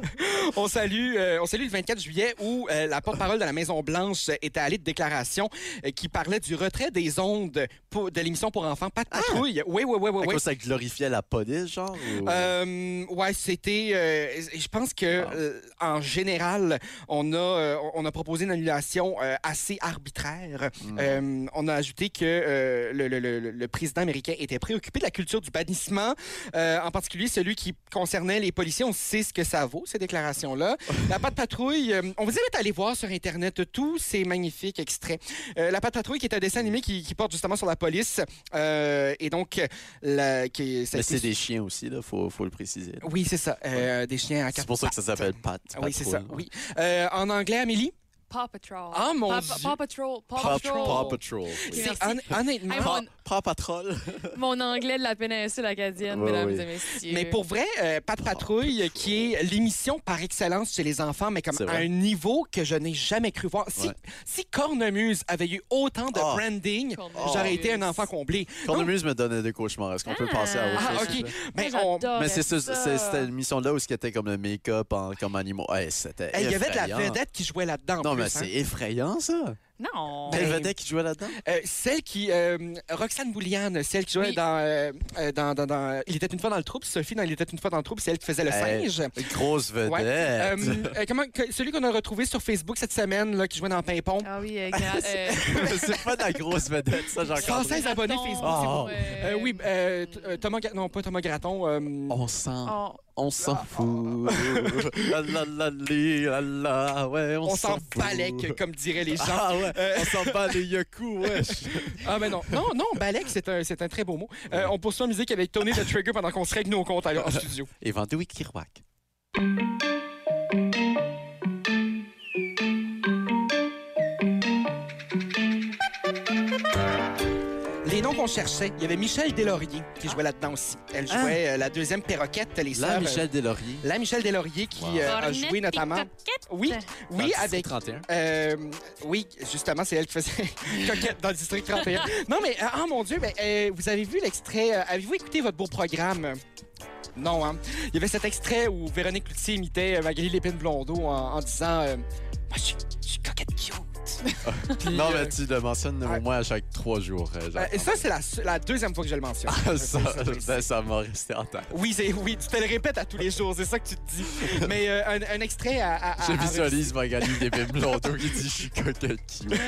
Speaker 3: <laughs> on salue, euh, on salue le 24 juillet où euh, la porte-parole de la Maison Blanche euh, était allée de déclaration euh, qui parlait du retrait des ondes pour- de l'émission pour enfants Pas de
Speaker 4: Ah!
Speaker 3: patrouille. Oui, oui, oui, oui.
Speaker 4: À
Speaker 3: oui.
Speaker 4: cause ça glorifiait la police, genre? ou-
Speaker 3: Euh, ouais, c'était. euh, je pense que euh, en général, on a euh, on a proposé une annulation euh, assez arbitraire. Euh, on a ajouté que euh, le, le- le- le président américain était préoccupé de la culture du bannissement, euh, en particulier celui qui concernait les policiers. On sait ce que ça vaut ces déclarations là. La patte patrouille. euh, on vous invite à aller voir sur internet tous ces magnifiques extraits. Euh, la patte patrouille qui est un dessin animé qui, qui porte justement sur la police euh, et donc la, qui ça a
Speaker 4: Mais
Speaker 3: été
Speaker 4: c'est des chiens aussi, là, faut, faut le préciser.
Speaker 3: oui, c'est ça. Euh, Des chiens à
Speaker 4: C'est
Speaker 3: quatre
Speaker 4: pour ça que ça
Speaker 3: pattes.
Speaker 4: s'appelle Pat.
Speaker 3: Ah Oui, c'est ça. Oui.
Speaker 4: Patrouille.
Speaker 3: Euh, en anglais, Amélie?
Speaker 5: Paw Patrol.
Speaker 3: Ah, mon
Speaker 5: Paw-
Speaker 3: Dieu.
Speaker 5: Paw Patrol. Paw
Speaker 4: Paw
Speaker 5: Patrol.
Speaker 4: Paw Patrol.
Speaker 5: Oui,
Speaker 4: C'est
Speaker 5: merci.
Speaker 4: hon-
Speaker 3: honnêtement-
Speaker 5: Hey,
Speaker 4: Paw-
Speaker 5: mon,
Speaker 4: Paw Patrol.
Speaker 5: mon anglais de la péninsule acadienne,
Speaker 4: Oui,
Speaker 5: mesdames
Speaker 4: oui.
Speaker 5: et messieurs.
Speaker 3: Mais pour vrai, euh, Pat Patrouille, qui est l'émission par excellence chez les enfants, mais comme
Speaker 4: C'est
Speaker 3: à
Speaker 4: vrai.
Speaker 3: un niveau que je n'ai jamais cru voir. Si,
Speaker 4: Ouais.
Speaker 3: si Cornemuse avait eu autant de
Speaker 4: Ah.
Speaker 3: branding,
Speaker 5: Cornemuse.
Speaker 3: j'aurais été un enfant comblé.
Speaker 4: <laughs> Cornemuse me donnait des cauchemars. Est-ce qu'on peut passer à autre chose?
Speaker 3: Ah,
Speaker 4: s'il
Speaker 3: OK. Oh, ben,
Speaker 4: vous plaît?
Speaker 3: Mais
Speaker 5: Moi,
Speaker 3: on-
Speaker 5: j'adorais
Speaker 4: Mais c'est ce-
Speaker 5: ça.
Speaker 4: c'est- c'était une mission là où c'était comme le make-up en- comme animaux. Hey, c'était
Speaker 3: Hey, Eh, Il y avait de la
Speaker 4: effrayant.
Speaker 3: vedette qui jouait là-dedans. en
Speaker 4: Non, mais
Speaker 3: plus, hein.
Speaker 4: c'est effrayant, ça.
Speaker 5: Non.
Speaker 4: Quelle
Speaker 3: Ben-
Speaker 4: vedette qui jouait là-dedans?
Speaker 3: Euh, celle qui. euh, Roxane Bouliane, celle qui jouait
Speaker 5: Oui.
Speaker 3: dans, euh, euh, dans, dans- dans- Il était une fois dans le troupe, Sophie dans Il était une fois dans le troupe, c'est elle qui faisait le
Speaker 4: Hey,
Speaker 3: singe.
Speaker 4: Grosse vedette.
Speaker 3: Ouais. Euh,
Speaker 4: <laughs>
Speaker 3: euh, comment, que- celui qu'on a retrouvé sur Facebook cette semaine, là, qui jouait dans Pimpon.
Speaker 5: Ah
Speaker 3: <laughs>
Speaker 5: oui, euh, gra- euh,
Speaker 4: c'est pas de la grosse vedette, ça, j'en
Speaker 3: 116 abonnés
Speaker 5: Graton,
Speaker 3: Facebook,
Speaker 4: c'est
Speaker 5: euh,
Speaker 4: bon.
Speaker 3: Euh, oui, euh, t- euh, Thomas... Gra- Non, pas Thomas Graton. euh,
Speaker 4: On s'en
Speaker 5: on-
Speaker 4: On s'en
Speaker 3: Ah.
Speaker 4: fout. la la la li, la la, ouais, on,
Speaker 3: on s'en
Speaker 4: fout.
Speaker 3: balèque, comme diraient les gens. Ah,
Speaker 4: Ah ouais, on s'en bat les
Speaker 3: <laughs>
Speaker 4: yaku, wesh.
Speaker 3: mais non. Non, non, balèque, c'est un, c'est un très beau mot. Euh, on poursuit en musique avec Tony The Trigger pendant qu'on se règle nos comptes alors, en studio.
Speaker 4: Et Vandouille Kirouac.
Speaker 3: Les noms qu'on cherchait, il y avait Michel Deslauriers qui jouait là-dedans aussi. Elle jouait euh, la deuxième perroquette, les
Speaker 4: Là,
Speaker 3: sœurs, euh,
Speaker 4: Michel Deslauriers.
Speaker 3: La Michel Deslauriers qui
Speaker 4: Wow.
Speaker 3: euh, a joué notamment. Oui, oui,
Speaker 4: Dans le
Speaker 3: avec.
Speaker 4: 31.
Speaker 3: Euh, oui, justement, c'est elle qui faisait <laughs> coquette dans le district 31. Non, mais, ah mon Dieu, ben, euh, vous avez vu l'extrait, euh, avez-vous écouté votre beau programme? Non, hein? Il y avait cet extrait où Véronique Cloutier imitait euh, Magali Lépine Blondeau en, en disant euh, Moi, je suis- je suis coquette cute. <laughs> Puis,
Speaker 4: Non,
Speaker 3: euh,
Speaker 4: mais tu le mentionnes
Speaker 3: ouais.
Speaker 4: au moins à chaque trois jours. euh, genre.
Speaker 3: euh, et ça, c'est la, se- la deuxième fois que je le mentionne.
Speaker 4: <laughs>
Speaker 3: Euh,
Speaker 4: ça, ben, ça m'a resté en tête.
Speaker 3: Oui, c'est- oui, tu te le répètes à tous les jours, c'est ça que tu te dis. Mais euh, un, un extrait à. à- à-
Speaker 4: Je
Speaker 3: à-
Speaker 4: visualise Magali des Blondeau qui dit « Je suis coquette cute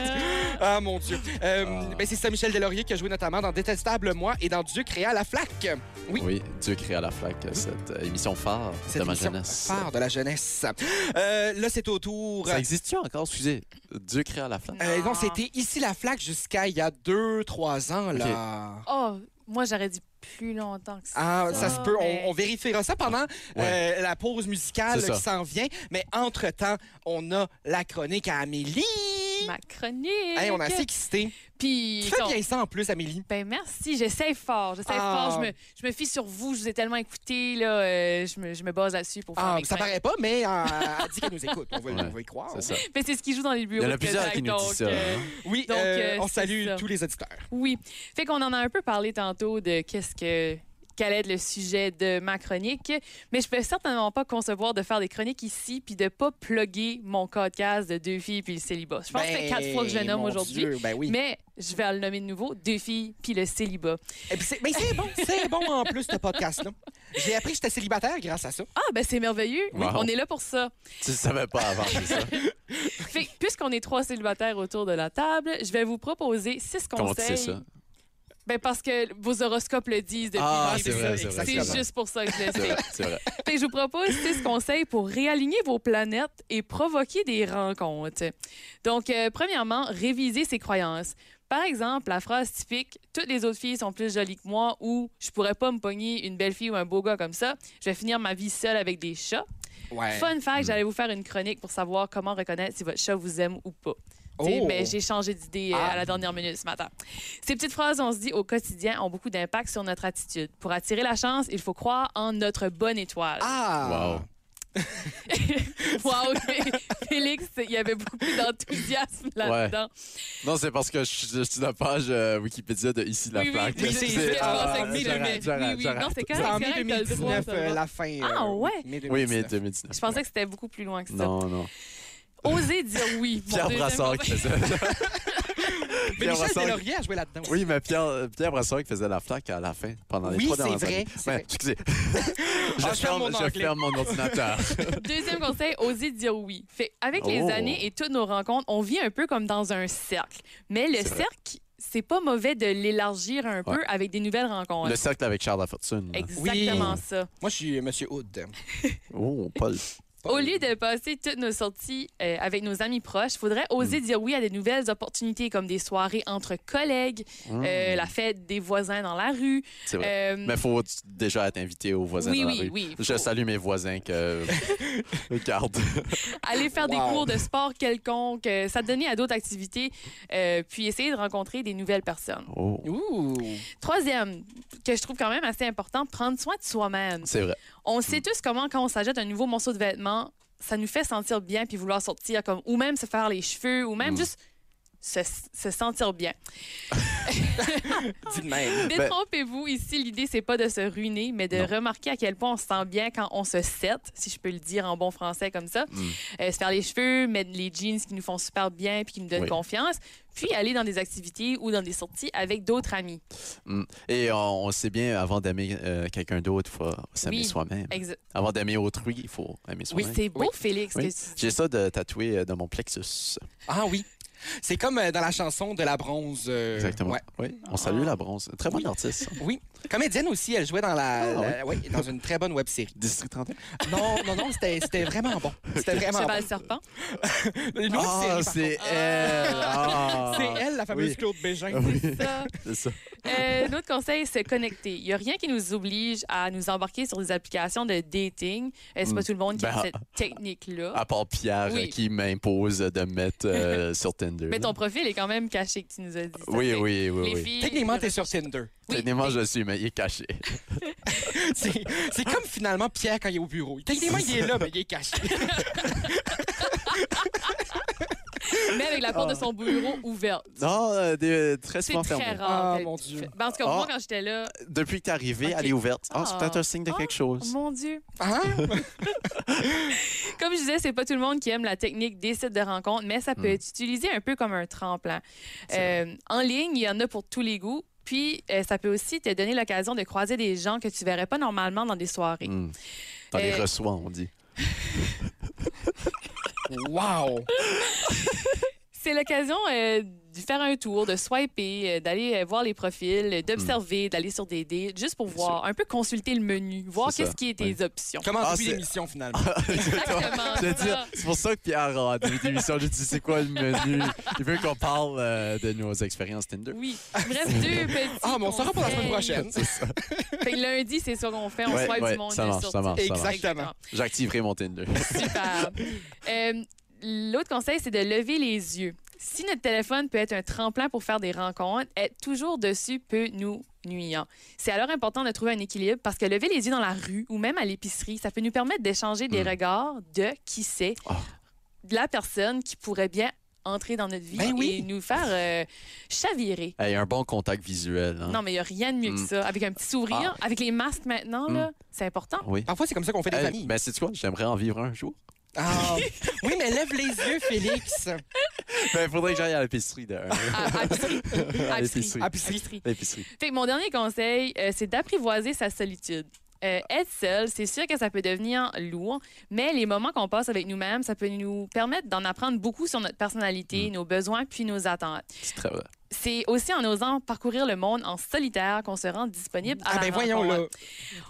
Speaker 3: Ah mon Dieu. Euh,
Speaker 4: Ah.
Speaker 3: ben, c'est ça Michel Delaurier qui a joué notamment dans Détestable Moi et dans Dieu créé à la flaque. ». Oui.
Speaker 4: Oui, Dieu crée à la flaque cette euh, émission phare
Speaker 3: Cette
Speaker 4: de ma
Speaker 3: émission
Speaker 4: jeunesse.
Speaker 3: phare de la jeunesse. Euh, là, c'est au tour.
Speaker 4: Ça existe-tu encore? Excusez. Dieu crée à la flaque.
Speaker 3: Euh, non, c'était ici la flaque jusqu'à il y a deux, trois ans, là.
Speaker 5: Oh, moi, j'aurais dit plus longtemps que ça.
Speaker 3: Ah, ça se peut. On-
Speaker 5: mais-
Speaker 3: On, vérifiera ça pendant euh, la pause musicale
Speaker 4: C'est ça.
Speaker 3: qui s'en vient. Mais entre-temps, on a la chronique à Amélie.
Speaker 5: Ma chronique.
Speaker 3: Ah. Hey, on a assez excité.
Speaker 5: Puis,
Speaker 3: Tu fais
Speaker 5: qu'on-
Speaker 3: bien ça en plus, Amélie.
Speaker 5: Ben merci, j'essaie fort, j'essaie
Speaker 3: Ah.
Speaker 5: fort. Je me, je me fie sur vous, je vous ai tellement écouté, là, euh, je, me, je me base là-dessus pour faire
Speaker 3: Ah,
Speaker 5: mes
Speaker 3: ça
Speaker 5: chroniques.
Speaker 3: paraît pas, mais euh, elle dit qu'elle nous écoute. On va,
Speaker 4: Ouais.
Speaker 3: on va y croire.
Speaker 4: C'est ça.
Speaker 5: Mais c'est ce qui joue dans les
Speaker 4: Il
Speaker 5: bureaux.
Speaker 4: y en a
Speaker 5: de
Speaker 4: plusieurs qui
Speaker 5: Québec,
Speaker 4: nous
Speaker 5: donc,
Speaker 4: disent ça.
Speaker 5: euh,
Speaker 4: hein?
Speaker 3: Oui,
Speaker 5: Donc,
Speaker 3: euh,
Speaker 5: euh,
Speaker 3: on
Speaker 5: c'est
Speaker 3: salue
Speaker 5: ça.
Speaker 3: tous les auditeurs.
Speaker 5: Oui. Fait qu'on en a un peu parlé tantôt de qu'est-ce que quel est le sujet de ma chronique, mais je peux certainement pas concevoir de faire des chroniques ici puis de pas plugger mon podcast de deux filles puis le célibat. Je pense que c'est quatre fois que je nomme
Speaker 3: mon
Speaker 5: aujourd'hui.
Speaker 3: Dieu, Ben oui.
Speaker 5: Mais je vais le nommer de nouveau, deux filles puis le célibat.
Speaker 3: Et puis c'est ben c'est bon, c'est bon en plus, ce podcast-là. J'ai appris que j'étais célibataire grâce à ça.
Speaker 5: Ah ben c'est merveilleux,
Speaker 4: Wow.
Speaker 5: on est là pour ça.
Speaker 4: Tu le savais pas avant, c'est
Speaker 3: <laughs>
Speaker 4: ça?
Speaker 5: Fait que, puisqu'on est trois célibataires autour de la table, je vais vous proposer six
Speaker 4: Comment
Speaker 5: conseils.
Speaker 4: tu sais ça?
Speaker 5: Ben parce que vos horoscopes le disent depuis
Speaker 4: Ah,
Speaker 5: le
Speaker 4: c'est
Speaker 5: début.
Speaker 4: vrai, c'est vrai,
Speaker 5: C'est
Speaker 4: c'est vrai.
Speaker 5: juste pour ça que je le
Speaker 4: C'est
Speaker 5: sais.
Speaker 4: vrai, c'est vrai.
Speaker 5: Fait que je vous propose six conseils pour réaligner vos planètes et provoquer des rencontres. Donc, euh, premièrement, réviser ses croyances. Par exemple, la phrase typique Toutes les autres filles sont plus jolies que moi ou Je pourrais pas me pogner une belle fille ou un beau gars comme ça. Je vais finir ma vie seule avec des chats.
Speaker 3: Ouais. Mm.
Speaker 5: Fun fact, j'allais vous faire une chronique pour savoir comment reconnaître si votre chat vous aime ou pas. Tu sais,
Speaker 12: Oh!
Speaker 5: Mais j'ai changé d'idée
Speaker 3: Ah!
Speaker 5: euh, à la dernière minute ce matin. Ces petites phrases, on se dit, au quotidien, ont beaucoup d'impact sur notre attitude. Pour attirer la chance, il faut croire en notre bonne étoile.
Speaker 3: Ah!
Speaker 5: Wow, <laughs> Félix, il y avait beaucoup d'enthousiasme là-dedans.
Speaker 4: Non, c'est parce que je suis je suis sur la page euh, Wikipédia de Ici la Ah,
Speaker 5: Oui, oui,
Speaker 4: plaque.
Speaker 5: oui, c'est- c'est- c'est en mai 2000. Oui, oui, non, c'est correct,
Speaker 3: C'est en
Speaker 5: c'est
Speaker 3: mai
Speaker 5: correct, t'as le droit,
Speaker 3: 2019,
Speaker 5: t'as le droit.
Speaker 3: euh, la fin.
Speaker 5: Ah, ouais?
Speaker 4: Oui, mais 2019.
Speaker 5: Je pensais que c'était beaucoup plus loin que ça.
Speaker 4: Non, non.
Speaker 5: Oser dire oui. mon
Speaker 4: Pierre
Speaker 5: deuxième
Speaker 4: Brassard qui faisait.
Speaker 3: Mais
Speaker 4: Pierre
Speaker 3: Michel
Speaker 4: Brassard-
Speaker 3: Deslauriers a joué là-dedans. aussi.
Speaker 4: Oui, mais Pierre, Pierre Brassard qui faisait la flaque à la fin, pendant les
Speaker 3: Oui,
Speaker 4: trois
Speaker 3: c'est
Speaker 4: dernières
Speaker 3: vrai,
Speaker 4: années.
Speaker 3: c'est
Speaker 4: Ouais,
Speaker 3: vrai.
Speaker 4: excusez.
Speaker 3: Ah,
Speaker 4: je,
Speaker 3: je ferme
Speaker 4: ferme,
Speaker 3: mon
Speaker 4: je
Speaker 3: anglais.
Speaker 4: ferme mon ordinateur.
Speaker 5: <laughs> Deuxième conseil, oser dire oui. Fait, avec
Speaker 4: Oh.
Speaker 5: les années et toutes nos rencontres, on vit un peu comme dans un cercle. Mais le
Speaker 4: C'est vrai.
Speaker 5: cercle, c'est pas mauvais de l'élargir un peu
Speaker 4: Ouais.
Speaker 5: avec des nouvelles rencontres.
Speaker 4: Le cercle avec Charles La Fortune.
Speaker 5: Exactement
Speaker 4: Oui.
Speaker 5: ça.
Speaker 3: Moi, je suis euh, Monsieur Hood.
Speaker 4: Oh, Paul.
Speaker 5: Au lieu de passer toutes nos sorties euh, avec nos amis proches, faudrait
Speaker 4: Mm.
Speaker 5: oser dire oui à des nouvelles opportunités comme des soirées entre collègues,
Speaker 4: Mm.
Speaker 5: euh, la fête des voisins dans la rue.
Speaker 4: C'est vrai.
Speaker 5: Euh,
Speaker 4: Mais faut déjà être invité aux voisins
Speaker 5: Oui,
Speaker 4: dans
Speaker 5: oui,
Speaker 4: la rue.
Speaker 5: oui,
Speaker 4: Je salue mes voisins que garde. <laughs>
Speaker 5: aller faire des
Speaker 4: Wow.
Speaker 5: cours de sport quelconque, euh, s'adonner à d'autres activités, euh, puis essayer de rencontrer des nouvelles personnes.
Speaker 4: Oh.
Speaker 5: Troisième, que je trouve quand même assez important, prendre soin de soi-même.
Speaker 4: C'est vrai.
Speaker 5: On sait tous comment, quand on s'ajoute un nouveau morceau de vêtement, ça nous fait sentir bien puis vouloir sortir, comme, ou même se faire les cheveux, ou même
Speaker 4: Mm.
Speaker 5: juste se, se sentir bien.
Speaker 3: Dis de
Speaker 5: <laughs>
Speaker 3: même.
Speaker 4: Ben,
Speaker 5: Détrompez-vous, ici, l'idée, c'est pas de se ruiner, mais de remarquer à quel point on se sent bien quand on se set, si je peux le dire en bon français comme ça.
Speaker 4: Mm.
Speaker 5: Euh, se faire les cheveux, mettre les jeans qui nous font super bien puis qui nous donnent
Speaker 4: Oui.
Speaker 5: confiance, puis aller dans des activités ou dans des sorties avec d'autres amis.
Speaker 4: Mm. Et on, on sait bien, avant d'aimer euh, quelqu'un d'autre, il faut s'aimer
Speaker 5: Oui,
Speaker 4: soi-même.
Speaker 5: exa-
Speaker 4: Avant d'aimer autrui, il faut aimer
Speaker 5: Oui,
Speaker 4: soi-même.
Speaker 5: c'est beau, Félix.
Speaker 4: Oui.
Speaker 5: que tu-
Speaker 4: J'ai ça de tatoué euh, dans mon plexus.
Speaker 3: Ah oui. C'est comme euh, dans la chanson de La Bronze. euh,
Speaker 4: Exactement.
Speaker 3: ouais.
Speaker 4: Oui, on salue la bronze. Très bonne artiste.
Speaker 3: Oui. Comédienne aussi, elle jouait dans la,
Speaker 4: Ah,
Speaker 3: la- ouais, dans une très bonne web série.
Speaker 4: <laughs> District 31.
Speaker 3: Non, non, non, c'était c'était vraiment bon. C'était vraiment
Speaker 5: Cheval
Speaker 3: bon.
Speaker 4: <laughs>
Speaker 5: serpent.
Speaker 3: Une autre
Speaker 4: Ah,
Speaker 3: série, par
Speaker 4: c'est
Speaker 3: contre.
Speaker 4: elle. Ah.
Speaker 3: <laughs> C'est elle, la fameuse
Speaker 4: Oui. Ah,
Speaker 3: Claude Bégin.
Speaker 4: Oui.
Speaker 5: ça.
Speaker 4: C'est ça.
Speaker 5: Euh, notre conseil, c'est connecter. Il n'y a rien qui nous oblige à nous embarquer sur des applications de dating. Euh, c'est pas
Speaker 4: Mm.
Speaker 5: tout le monde qui
Speaker 4: Ben,
Speaker 5: a cette technique-là.
Speaker 4: À part Pierre
Speaker 5: Oui.
Speaker 4: euh, qui m'impose de mettre euh, sur Tinder.
Speaker 5: Mais ton profil est quand même caché, que tu nous as dit. ça.
Speaker 4: Oui, oui, oui.
Speaker 5: Les
Speaker 4: oui.
Speaker 5: filles-
Speaker 3: Techniquement, t'es sur Tinder.
Speaker 4: Techniquement, je le suis, mais il est caché.
Speaker 3: C'est c'est comme finalement Pierre quand il est au bureau. Techniquement, il est là, mais il est
Speaker 4: <laughs>
Speaker 3: caché.
Speaker 5: Mais avec la porte de son bureau ouverte.
Speaker 4: Non, euh, des- très
Speaker 5: C'est
Speaker 4: souvent
Speaker 5: très
Speaker 4: fermé.
Speaker 5: rare. qu'elle- Ben, en tout cas, moi,
Speaker 4: Ah.
Speaker 5: quand j'étais là,
Speaker 4: Depuis que t'es arrivé, elle est ouverte. Ah, c'est
Speaker 5: Ah.
Speaker 4: peut-être un signe de quelque chose.
Speaker 5: mon Dieu.
Speaker 3: Hein?
Speaker 5: Comme je disais, c'est pas tout le monde qui aime la technique des sites de rencontres, mais ça peut
Speaker 4: Hmm.
Speaker 5: être utilisé un peu comme un tremplin. Euh, en ligne, il y en a pour tous les goûts. Puis, euh, ça peut aussi te donner l'occasion de croiser des gens que tu verrais pas normalement dans des soirées.
Speaker 4: Mm. Dans les
Speaker 5: Euh,
Speaker 4: reçois, on dit.
Speaker 3: Wow!
Speaker 5: C'est l'occasion euh, de faire un tour, de swiper, euh, d'aller euh, voir les profils, euh,
Speaker 4: Hmm.
Speaker 5: d'observer, d'aller sur des dates, juste pour voir, un peu consulter le menu, voir
Speaker 4: C'est ça,
Speaker 5: qu'est-ce qui est tes options.
Speaker 3: Comment
Speaker 4: Ah,
Speaker 3: depuis
Speaker 4: c'est-
Speaker 3: l'émission,
Speaker 4: <laughs>
Speaker 3: finalement?
Speaker 5: Exactement.
Speaker 4: Je veux
Speaker 5: ça.
Speaker 4: dire, c'est pour ça que Pierre a des émissions. J'ai dit, c'est quoi le menu? Il veut qu'on parle euh, de nos expériences Tinder.
Speaker 5: Oui. Il me reste deux petits.
Speaker 3: Ah, mais on saura pour la semaine
Speaker 5: conseils.
Speaker 3: prochaine.
Speaker 5: Fait que lundi, c'est ça qu'on fait. On
Speaker 4: Ouais,
Speaker 5: swipe
Speaker 4: ouais,
Speaker 5: du monde
Speaker 4: ça
Speaker 5: euh,
Speaker 4: marche,
Speaker 5: sur
Speaker 4: ça marche, ça marche.
Speaker 3: Exactement.
Speaker 4: J'activerai mon Tinder.
Speaker 3: <laughs>
Speaker 5: Super. Euh, L'autre conseil, c'est de lever les yeux. Si notre téléphone peut être un tremplin pour faire des rencontres, être toujours dessus peut nous nuire. C'est alors important de trouver un équilibre parce que lever les yeux dans la rue ou même à l'épicerie, ça peut nous permettre d'échanger des
Speaker 3: Hmm.
Speaker 4: Mm.
Speaker 5: regards de qui c'est,
Speaker 4: Ah.
Speaker 5: de la personne qui pourrait bien entrer dans notre vie
Speaker 3: Ben oui.
Speaker 5: et nous faire euh, chavirer.
Speaker 4: Hey, un bon contact visuel. hein.
Speaker 5: Non, mais il n'y a rien de mieux que
Speaker 4: Mm. Ah.
Speaker 5: ça. Avec un petit sourire, avec les masques maintenant, là, c'est important.
Speaker 4: Oui.
Speaker 3: Parfois, c'est comme ça qu'on fait des
Speaker 4: Hey,
Speaker 3: amis.
Speaker 4: ben, c'est quoi? J'aimerais en vivre un jour.
Speaker 3: Ah. Oui, mais lève les yeux,
Speaker 4: <laughs>
Speaker 3: Félix.
Speaker 4: Ben, faudrait que j'aille à l'épicerie d'un. <laughs>
Speaker 5: À, à l'épicerie. À
Speaker 4: À l'épicerie.
Speaker 5: l'épicerie. À l'épicerie.
Speaker 4: L'épicerie.
Speaker 5: Fait que mon dernier conseil, euh, c'est d'apprivoiser sa solitude. Euh, être seul, c'est sûr que ça peut devenir lourd, mais les moments qu'on passe avec nous-mêmes, ça peut nous permettre d'en apprendre beaucoup sur notre
Speaker 4: Mm.
Speaker 5: personnalité, nos besoins, puis nos attentes.
Speaker 4: C'est très vrai.
Speaker 5: C'est aussi en osant parcourir le monde en solitaire qu'on se rend disponible à
Speaker 3: Ah,
Speaker 5: la
Speaker 3: ben voyons
Speaker 5: rencontre.
Speaker 3: là.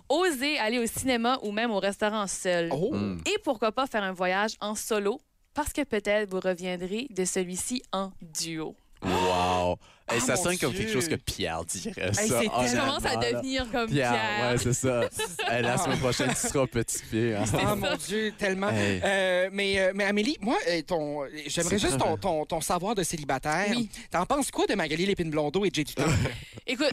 Speaker 5: Oser aller au cinéma ou même au restaurant seul.
Speaker 3: Oh.
Speaker 4: Mm.
Speaker 5: Et pourquoi pas faire un voyage en solo, parce que peut-être vous reviendrez de celui-ci en duo.
Speaker 4: Wow! Hey, ça
Speaker 5: Ah,
Speaker 4: sonne
Speaker 5: mon
Speaker 4: comme
Speaker 5: Dieu.
Speaker 4: quelque chose que Pierre dirait.
Speaker 5: Hey,
Speaker 4: ça,
Speaker 5: c'est- je
Speaker 4: honnêtement,
Speaker 5: commence à
Speaker 4: là.
Speaker 5: devenir comme
Speaker 4: Pierre.
Speaker 5: Pierre.
Speaker 4: Ouais, c'est
Speaker 5: <laughs>
Speaker 4: ça. Hey, la
Speaker 3: Ah.
Speaker 4: semaine prochaine, tu seras au petit pied. hein.
Speaker 3: Ah mon Dieu, tellement.
Speaker 4: Hey.
Speaker 3: Euh, mais, euh, mais Amélie, moi, euh, ton, euh, j'aimerais
Speaker 4: C'est
Speaker 3: juste
Speaker 4: très
Speaker 3: ton, ton, ton savoir de célibataire. T'en penses quoi de Magali Lépine Blondeau et Jay Dutton?
Speaker 4: <laughs>
Speaker 5: Écoute,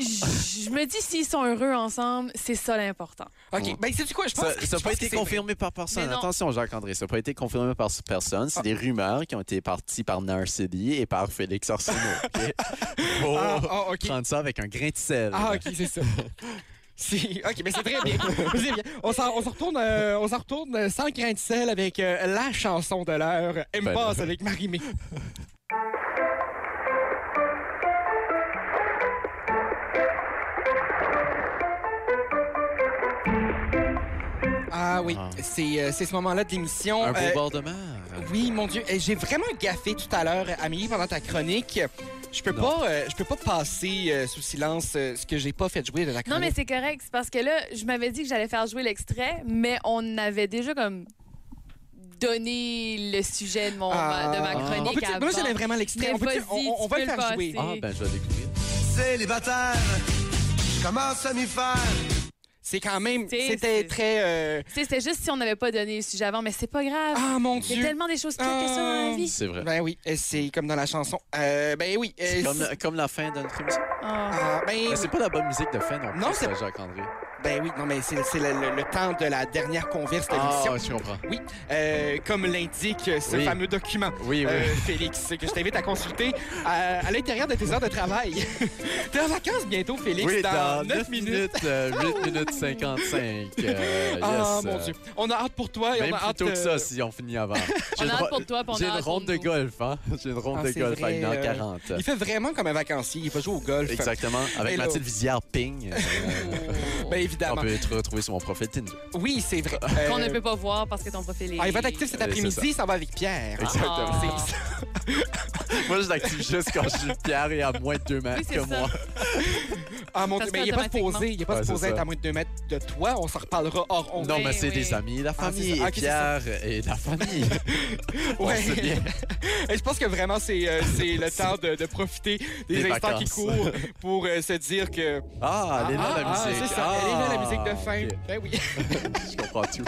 Speaker 5: j- je me dis s'ils sont heureux ensemble, c'est ça l'important.
Speaker 4: Ouais.
Speaker 3: OK, ben sais-tu quoi? Je pense
Speaker 4: Ça-
Speaker 3: que-
Speaker 4: ça
Speaker 3: je
Speaker 4: n'a pas
Speaker 3: pense
Speaker 4: été
Speaker 3: que c'est
Speaker 4: confirmé par personne.
Speaker 5: Mais non.
Speaker 4: Attention, Jacques-André, ça n'a pas été confirmé par personne.
Speaker 3: Ah.
Speaker 4: C'est des rumeurs qui ont été parties par Narcity et par Félix
Speaker 3: <laughs>
Speaker 4: Arsenault. OK? Faut
Speaker 3: Ah, ah, OK.
Speaker 4: prendre ça avec un grain de sel.
Speaker 3: Ah, OK, c'est
Speaker 4: <laughs>
Speaker 3: ça. Si, OK, mais c'est très bien. C'est bien. On s'en on s'en retourne, euh, on s'en retourne euh, sans crainte de sel avec euh, la chanson de l'heure, M.
Speaker 4: Ben là.
Speaker 3: Passe avec Marie-Mé. Ah oui,
Speaker 4: Ah.
Speaker 3: c'est euh, c'est ce moment-là de l'émission.
Speaker 4: Un beau
Speaker 3: Euh,
Speaker 4: bord de mer.
Speaker 3: oui, mon Dieu, Eh, j'ai vraiment gaffé tout à l'heure, Amélie, pendant ta chronique. Je peux
Speaker 4: Non.
Speaker 3: pas, euh, je peux pas passer euh, sous silence euh, ce que j'ai pas fait jouer de la
Speaker 5: Non,
Speaker 3: chronique.
Speaker 5: mais c'est correct. C'est parce que là, je m'avais dit que j'allais faire jouer l'extrait, mais on avait déjà comme donné le sujet de, mon,
Speaker 3: Ah.
Speaker 5: euh, de ma
Speaker 3: On
Speaker 5: chronique.
Speaker 3: peut-tu- moi, j'aimais
Speaker 5: avant.
Speaker 3: vraiment l'extrait.
Speaker 5: Mais
Speaker 3: On peut-tu-
Speaker 5: vas-y,
Speaker 3: on- on- on
Speaker 5: tu
Speaker 3: va
Speaker 5: peux
Speaker 3: le faire jouer.
Speaker 5: passer.
Speaker 4: Ah, ben, je vais découvrir.
Speaker 12: Célibataire, je commence à m'y faire.
Speaker 3: C'est quand même,
Speaker 5: C'est-
Speaker 3: c'était
Speaker 5: c'est-
Speaker 3: très. euh,
Speaker 5: Tu sais, C'était juste si on n'avait pas donné le sujet avant, mais c'est pas grave.
Speaker 3: Ah mon
Speaker 5: Il y a
Speaker 3: Dieu.
Speaker 5: tellement des choses pires que ça dans la vie.
Speaker 4: C'est vrai.
Speaker 3: Ben oui, euh, c'est comme dans la chanson. Euh, ben oui. euh,
Speaker 4: C'est comme,
Speaker 3: c'est-
Speaker 4: comme la fin de notre émission.
Speaker 5: Ah.
Speaker 3: Ah, ben,
Speaker 4: Mais c'est pas la bonne musique de fin non plus,
Speaker 3: Non, c'est-
Speaker 4: ça, Jacques-André.
Speaker 3: ben oui, non mais c'est c'est le, le- le temps de la dernière converse de
Speaker 4: Ah,
Speaker 3: l'émission.
Speaker 4: je comprends.
Speaker 3: Oui, euh, comme l'indique euh, ce
Speaker 4: Oui.
Speaker 3: fameux document.
Speaker 4: Oui, oui.
Speaker 3: Euh, <laughs> Félix, que je t'invite à consulter euh, à l'intérieur de tes heures de travail. <laughs> T'es en vacances bientôt, Félix,
Speaker 4: oui,
Speaker 3: dans, 9 minutes.
Speaker 4: euh, 8 minutes
Speaker 3: <laughs>
Speaker 4: 55. euh,
Speaker 3: Ah,
Speaker 4: yes,
Speaker 3: mon
Speaker 4: euh,
Speaker 3: Dieu. On a hâte pour toi et
Speaker 4: Même
Speaker 3: on a
Speaker 4: plus
Speaker 3: hâte...
Speaker 4: tôt que
Speaker 3: euh,
Speaker 4: ça, si on
Speaker 3: <laughs>
Speaker 4: finit avant. J'ai
Speaker 5: On a
Speaker 4: une
Speaker 5: hâte
Speaker 4: ro-
Speaker 5: pour toi, puis on
Speaker 4: J'ai
Speaker 5: a
Speaker 4: une
Speaker 5: hâte pour
Speaker 4: ronde de
Speaker 5: nous.
Speaker 4: golf, hein? J'ai une ronde
Speaker 3: Ah,
Speaker 4: de
Speaker 3: c'est
Speaker 4: golf à
Speaker 3: vrai,
Speaker 4: 1h40.
Speaker 3: Il fait vraiment comme un vacancier. Il va jouer au golf.
Speaker 4: Exactement. Avec
Speaker 3: Et là-
Speaker 4: Mathilde Vizière Ping. euh,
Speaker 3: <laughs> Ben
Speaker 4: on
Speaker 3: évidemment.
Speaker 4: peut être retrouvé sur mon profil Tinder.
Speaker 3: Oui, c'est
Speaker 4: <laughs>
Speaker 3: vrai.
Speaker 5: Qu'on ne
Speaker 3: Euh,
Speaker 5: peut pas voir parce que ton profil est. Ah,
Speaker 3: Ah, il va t'activer cet
Speaker 4: Euh, c'est
Speaker 3: après-midi, ça. va avec Pierre. Ah,
Speaker 4: Exactement.
Speaker 5: <laughs>
Speaker 3: C'est-
Speaker 4: Moi, je l'active
Speaker 3: <laughs>
Speaker 4: juste quand je suis Pierre et à moins de 2 mètres
Speaker 5: Oui, c'est
Speaker 4: que
Speaker 5: ça.
Speaker 4: moi.
Speaker 3: Ah mon
Speaker 5: Ça
Speaker 3: Dieu,
Speaker 5: se
Speaker 3: mais
Speaker 5: fait
Speaker 3: il n'est pas supposé, il est pas
Speaker 4: Ouais,
Speaker 3: supposé
Speaker 4: c'est
Speaker 3: être
Speaker 4: ça.
Speaker 3: à moins de 2 mètres de toi. On s'en reparlera hors ondes.
Speaker 4: Non, mais
Speaker 5: Oui,
Speaker 4: c'est
Speaker 5: oui.
Speaker 4: des amis, la
Speaker 3: Ah, c'est ça.
Speaker 4: famille. et
Speaker 3: Ok, c'est ça.
Speaker 4: Pierre et la
Speaker 3: <laughs>
Speaker 4: famille.
Speaker 3: Ouais.
Speaker 4: On se bien.
Speaker 3: <laughs> Et je pense que vraiment, c'est euh,
Speaker 4: <laughs>
Speaker 3: c'est le temps de, de profiter des,
Speaker 4: Des
Speaker 3: instants qui
Speaker 4: vacances.
Speaker 3: courent pour euh, se dire que.
Speaker 4: Ah, elle est là, la
Speaker 3: ah,
Speaker 4: musique. Ah,
Speaker 3: c'est ça, elle est là, la musique de fin.
Speaker 4: ok. <laughs>
Speaker 3: Ben oui. <laughs>
Speaker 4: Je comprends tout.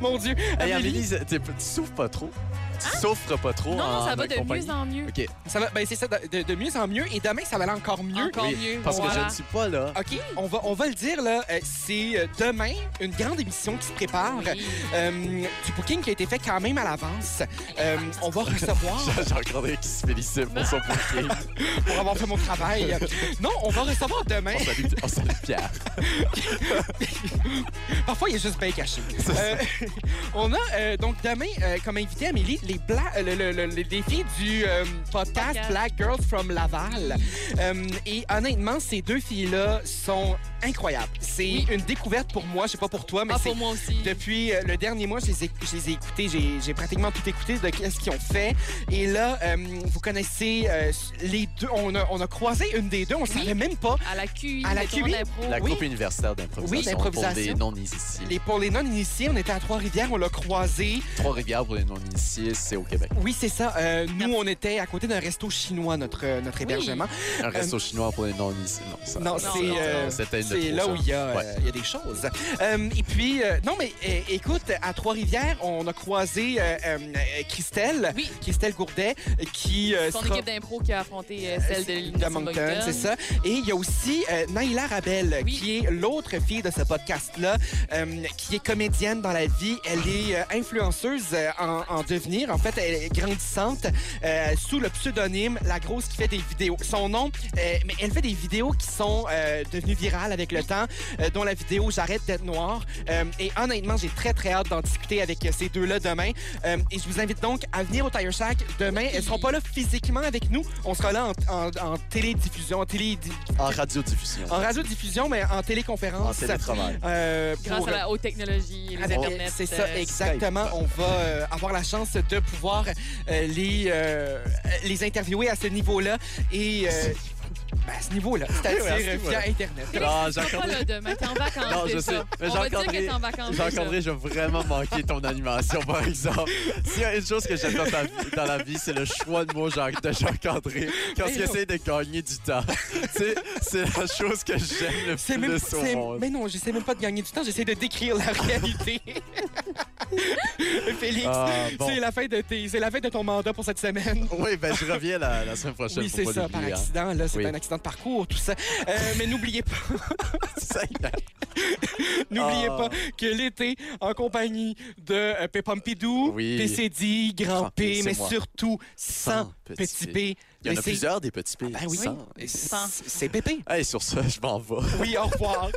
Speaker 3: Mon Dieu.
Speaker 4: Hey,
Speaker 3: Amélie, Hein?
Speaker 4: Amélie, t'es- tu souffres pas trop. Tu souffres pas trop.
Speaker 5: Non, non,
Speaker 4: en
Speaker 5: ça va
Speaker 4: notre
Speaker 5: de
Speaker 4: compagnie.
Speaker 5: mieux en mieux. Ah,
Speaker 4: OK.
Speaker 3: ça va, ben c'est ça, de, de mieux en mieux. Et demain, ça va aller encore mieux.
Speaker 5: Encore
Speaker 4: Oui,
Speaker 5: mieux.
Speaker 4: Parce que je
Speaker 5: voilà.
Speaker 4: ne suis pas là.
Speaker 3: OK, on va, on va le dire, là, euh, c'est euh, demain une grande émission qui se prépare.
Speaker 5: Oui.
Speaker 3: Euh, du booking qui a été fait quand même à l'avance. Euh, on
Speaker 4: <laughs>
Speaker 3: va recevoir,
Speaker 4: J'ai encore des qui se félicite
Speaker 3: <laughs>
Speaker 4: pour son booking.
Speaker 3: pour avoir fait mon travail. Non, on va recevoir demain.
Speaker 4: On salue, on salue Pierre.
Speaker 3: Parfois, il est juste bien caché. Euh, <laughs> on a euh, donc demain euh, comme invité Amélie les, bla- euh, le- le- le- les- les filles du euh, podcast
Speaker 5: Podcast.
Speaker 3: Black Girls from Laval. Euh, et honnêtement, ces deux filles-là sont incroyables. C'est une découverte pour moi, je sais pas pour toi, mais
Speaker 5: Ah,
Speaker 3: c'est
Speaker 5: pour moi aussi.
Speaker 3: Depuis euh, le dernier mois, je les ai, je les ai écoutés, j'ai, j'ai pratiquement tout écouté de ce qu'ils ont fait. Et là, euh, vous connaissez euh, les deux. On a, on a croisé une des deux, on ne savait même pas.
Speaker 5: À la QI,
Speaker 3: À la
Speaker 5: mettons,
Speaker 3: QI?
Speaker 5: d'impro.
Speaker 4: La
Speaker 3: Oui.
Speaker 4: groupe universitaire d'improvisation.
Speaker 3: Oui, d'improvisation.
Speaker 4: Pour des non-initiés.
Speaker 3: Les, pour les non-initiés, on était à Trois-Rivières, on l'a croisé.
Speaker 4: Trois-Rivières pour les non-initiés, c'est au Québec.
Speaker 3: Oui, c'est ça. Euh, nous, on était à côté d'un resto chinois, notre, euh, notre hébergement.
Speaker 4: Un resto chinois pour les non-initiés. Non, ça-
Speaker 3: Non,
Speaker 4: ça-
Speaker 3: c'est,
Speaker 4: ça-
Speaker 3: euh,
Speaker 4: c'était une de
Speaker 3: C'est
Speaker 4: trop,
Speaker 3: là
Speaker 4: ça.
Speaker 3: où il y, a, euh,
Speaker 4: Ouais.
Speaker 3: il y a des choses. Euh, et puis, euh, non, mais euh, écoute, à Trois-Rivières, on a croisé euh, euh, Christelle,
Speaker 5: Oui.
Speaker 3: Christelle Gourdet, qui euh,
Speaker 5: Son
Speaker 3: sera-
Speaker 5: équipe d'impro qui a affronté euh, celle de l'Université
Speaker 3: Moncton, c'est ça. Et il y a aussi euh, Naila Rabel,
Speaker 5: Oui.
Speaker 3: qui est l'autre fille de ce podcast-là, euh, qui est comédienne dans la vie. Elle est euh, influenceuse euh, en, en devenir. En fait, elle est grandissante euh, sous le pseudonyme La Grosse qui fait des vidéos. Son nom, euh, mais elle fait des vidéos qui sont euh, devenues virales avec le temps, euh, dont la vidéo J'arrête d'être noire. Euh, et honnêtement, j'ai très, très hâte d'en discuter avec euh, ces deux-là demain. Euh, et je vous invite donc à venir au Tire Shack demain. Elles seront pas là physiquement avec nous. On sera là en, en- en télédiffusion, en, télé,
Speaker 4: En radiodiffusion.
Speaker 3: en radiodiffusion, mais en
Speaker 4: En
Speaker 3: téléconférence.
Speaker 4: télétravail.
Speaker 3: Euh,
Speaker 5: Grâce
Speaker 3: pour-
Speaker 5: à la haute technologie, les
Speaker 3: avec-
Speaker 5: internets.
Speaker 3: c'est ça,
Speaker 5: euh,
Speaker 3: exactement. On va euh, avoir la chance de pouvoir euh, les, euh, les interviewer à ce niveau-là. Et euh, Ben, à ce niveau-là, c'est-à-dire euh,
Speaker 4: Oui, à ce
Speaker 3: via
Speaker 4: niveau-là.
Speaker 3: Internet.
Speaker 4: Félix, Ah, tu comprends
Speaker 5: Pas là demain, t'es en vacances.
Speaker 4: Non, je
Speaker 5: c'est
Speaker 4: sais.
Speaker 5: ça.
Speaker 4: Mais
Speaker 5: On va dire que
Speaker 4: Jean-Candré,
Speaker 5: t'es en vacances. c'est ça.
Speaker 4: Jean-Candré, j'ai vraiment manqué ton animation,
Speaker 3: <laughs>
Speaker 4: par exemple. S'il y a une chose que j'aime dans, ta- dans la vie, c'est le choix de mots Jean- de Jean-Candré quand
Speaker 3: Mais
Speaker 4: il
Speaker 3: non.
Speaker 4: essaie de gagner du temps. Tu sais, c'est la chose que j'aime le
Speaker 3: C'est même
Speaker 4: plus
Speaker 3: pas-
Speaker 4: au
Speaker 3: c'est-
Speaker 4: monde.
Speaker 3: Mais non, j'essaie même pas de gagner du temps, j'essaie de décrire la <laughs>
Speaker 4: <laughs>
Speaker 3: réalité. Félix,
Speaker 4: Ah, bon.
Speaker 3: c'est la fin de tes- c'est la fin de ton mandat pour cette semaine.
Speaker 4: Oui, ben je reviens la, la semaine prochaine.
Speaker 3: Oui,
Speaker 4: faut
Speaker 3: c'est
Speaker 4: pas
Speaker 3: ça, par
Speaker 4: l'oublier, hein. <laughs>
Speaker 3: accident. là, C'est
Speaker 4: Oui.
Speaker 3: un accident de parcours, tout ça. Euh, mais n'oubliez pas. <laughs> n'oubliez
Speaker 4: Ah.
Speaker 3: pas que l'été, en compagnie de euh, P. Pompidou,
Speaker 4: Oui.
Speaker 3: PCD, Grand
Speaker 4: Grand P,
Speaker 3: P, mais
Speaker 4: c'est moi.
Speaker 3: surtout sans
Speaker 4: Petit
Speaker 3: Petit P.
Speaker 4: Il y en a
Speaker 3: Laissez-
Speaker 4: plusieurs des petits P.
Speaker 3: Ben oui,
Speaker 4: Sans.
Speaker 3: c'est- c'est pépé.
Speaker 4: Hey, sur ça, je m'en vais.
Speaker 3: <laughs> Oui, au revoir.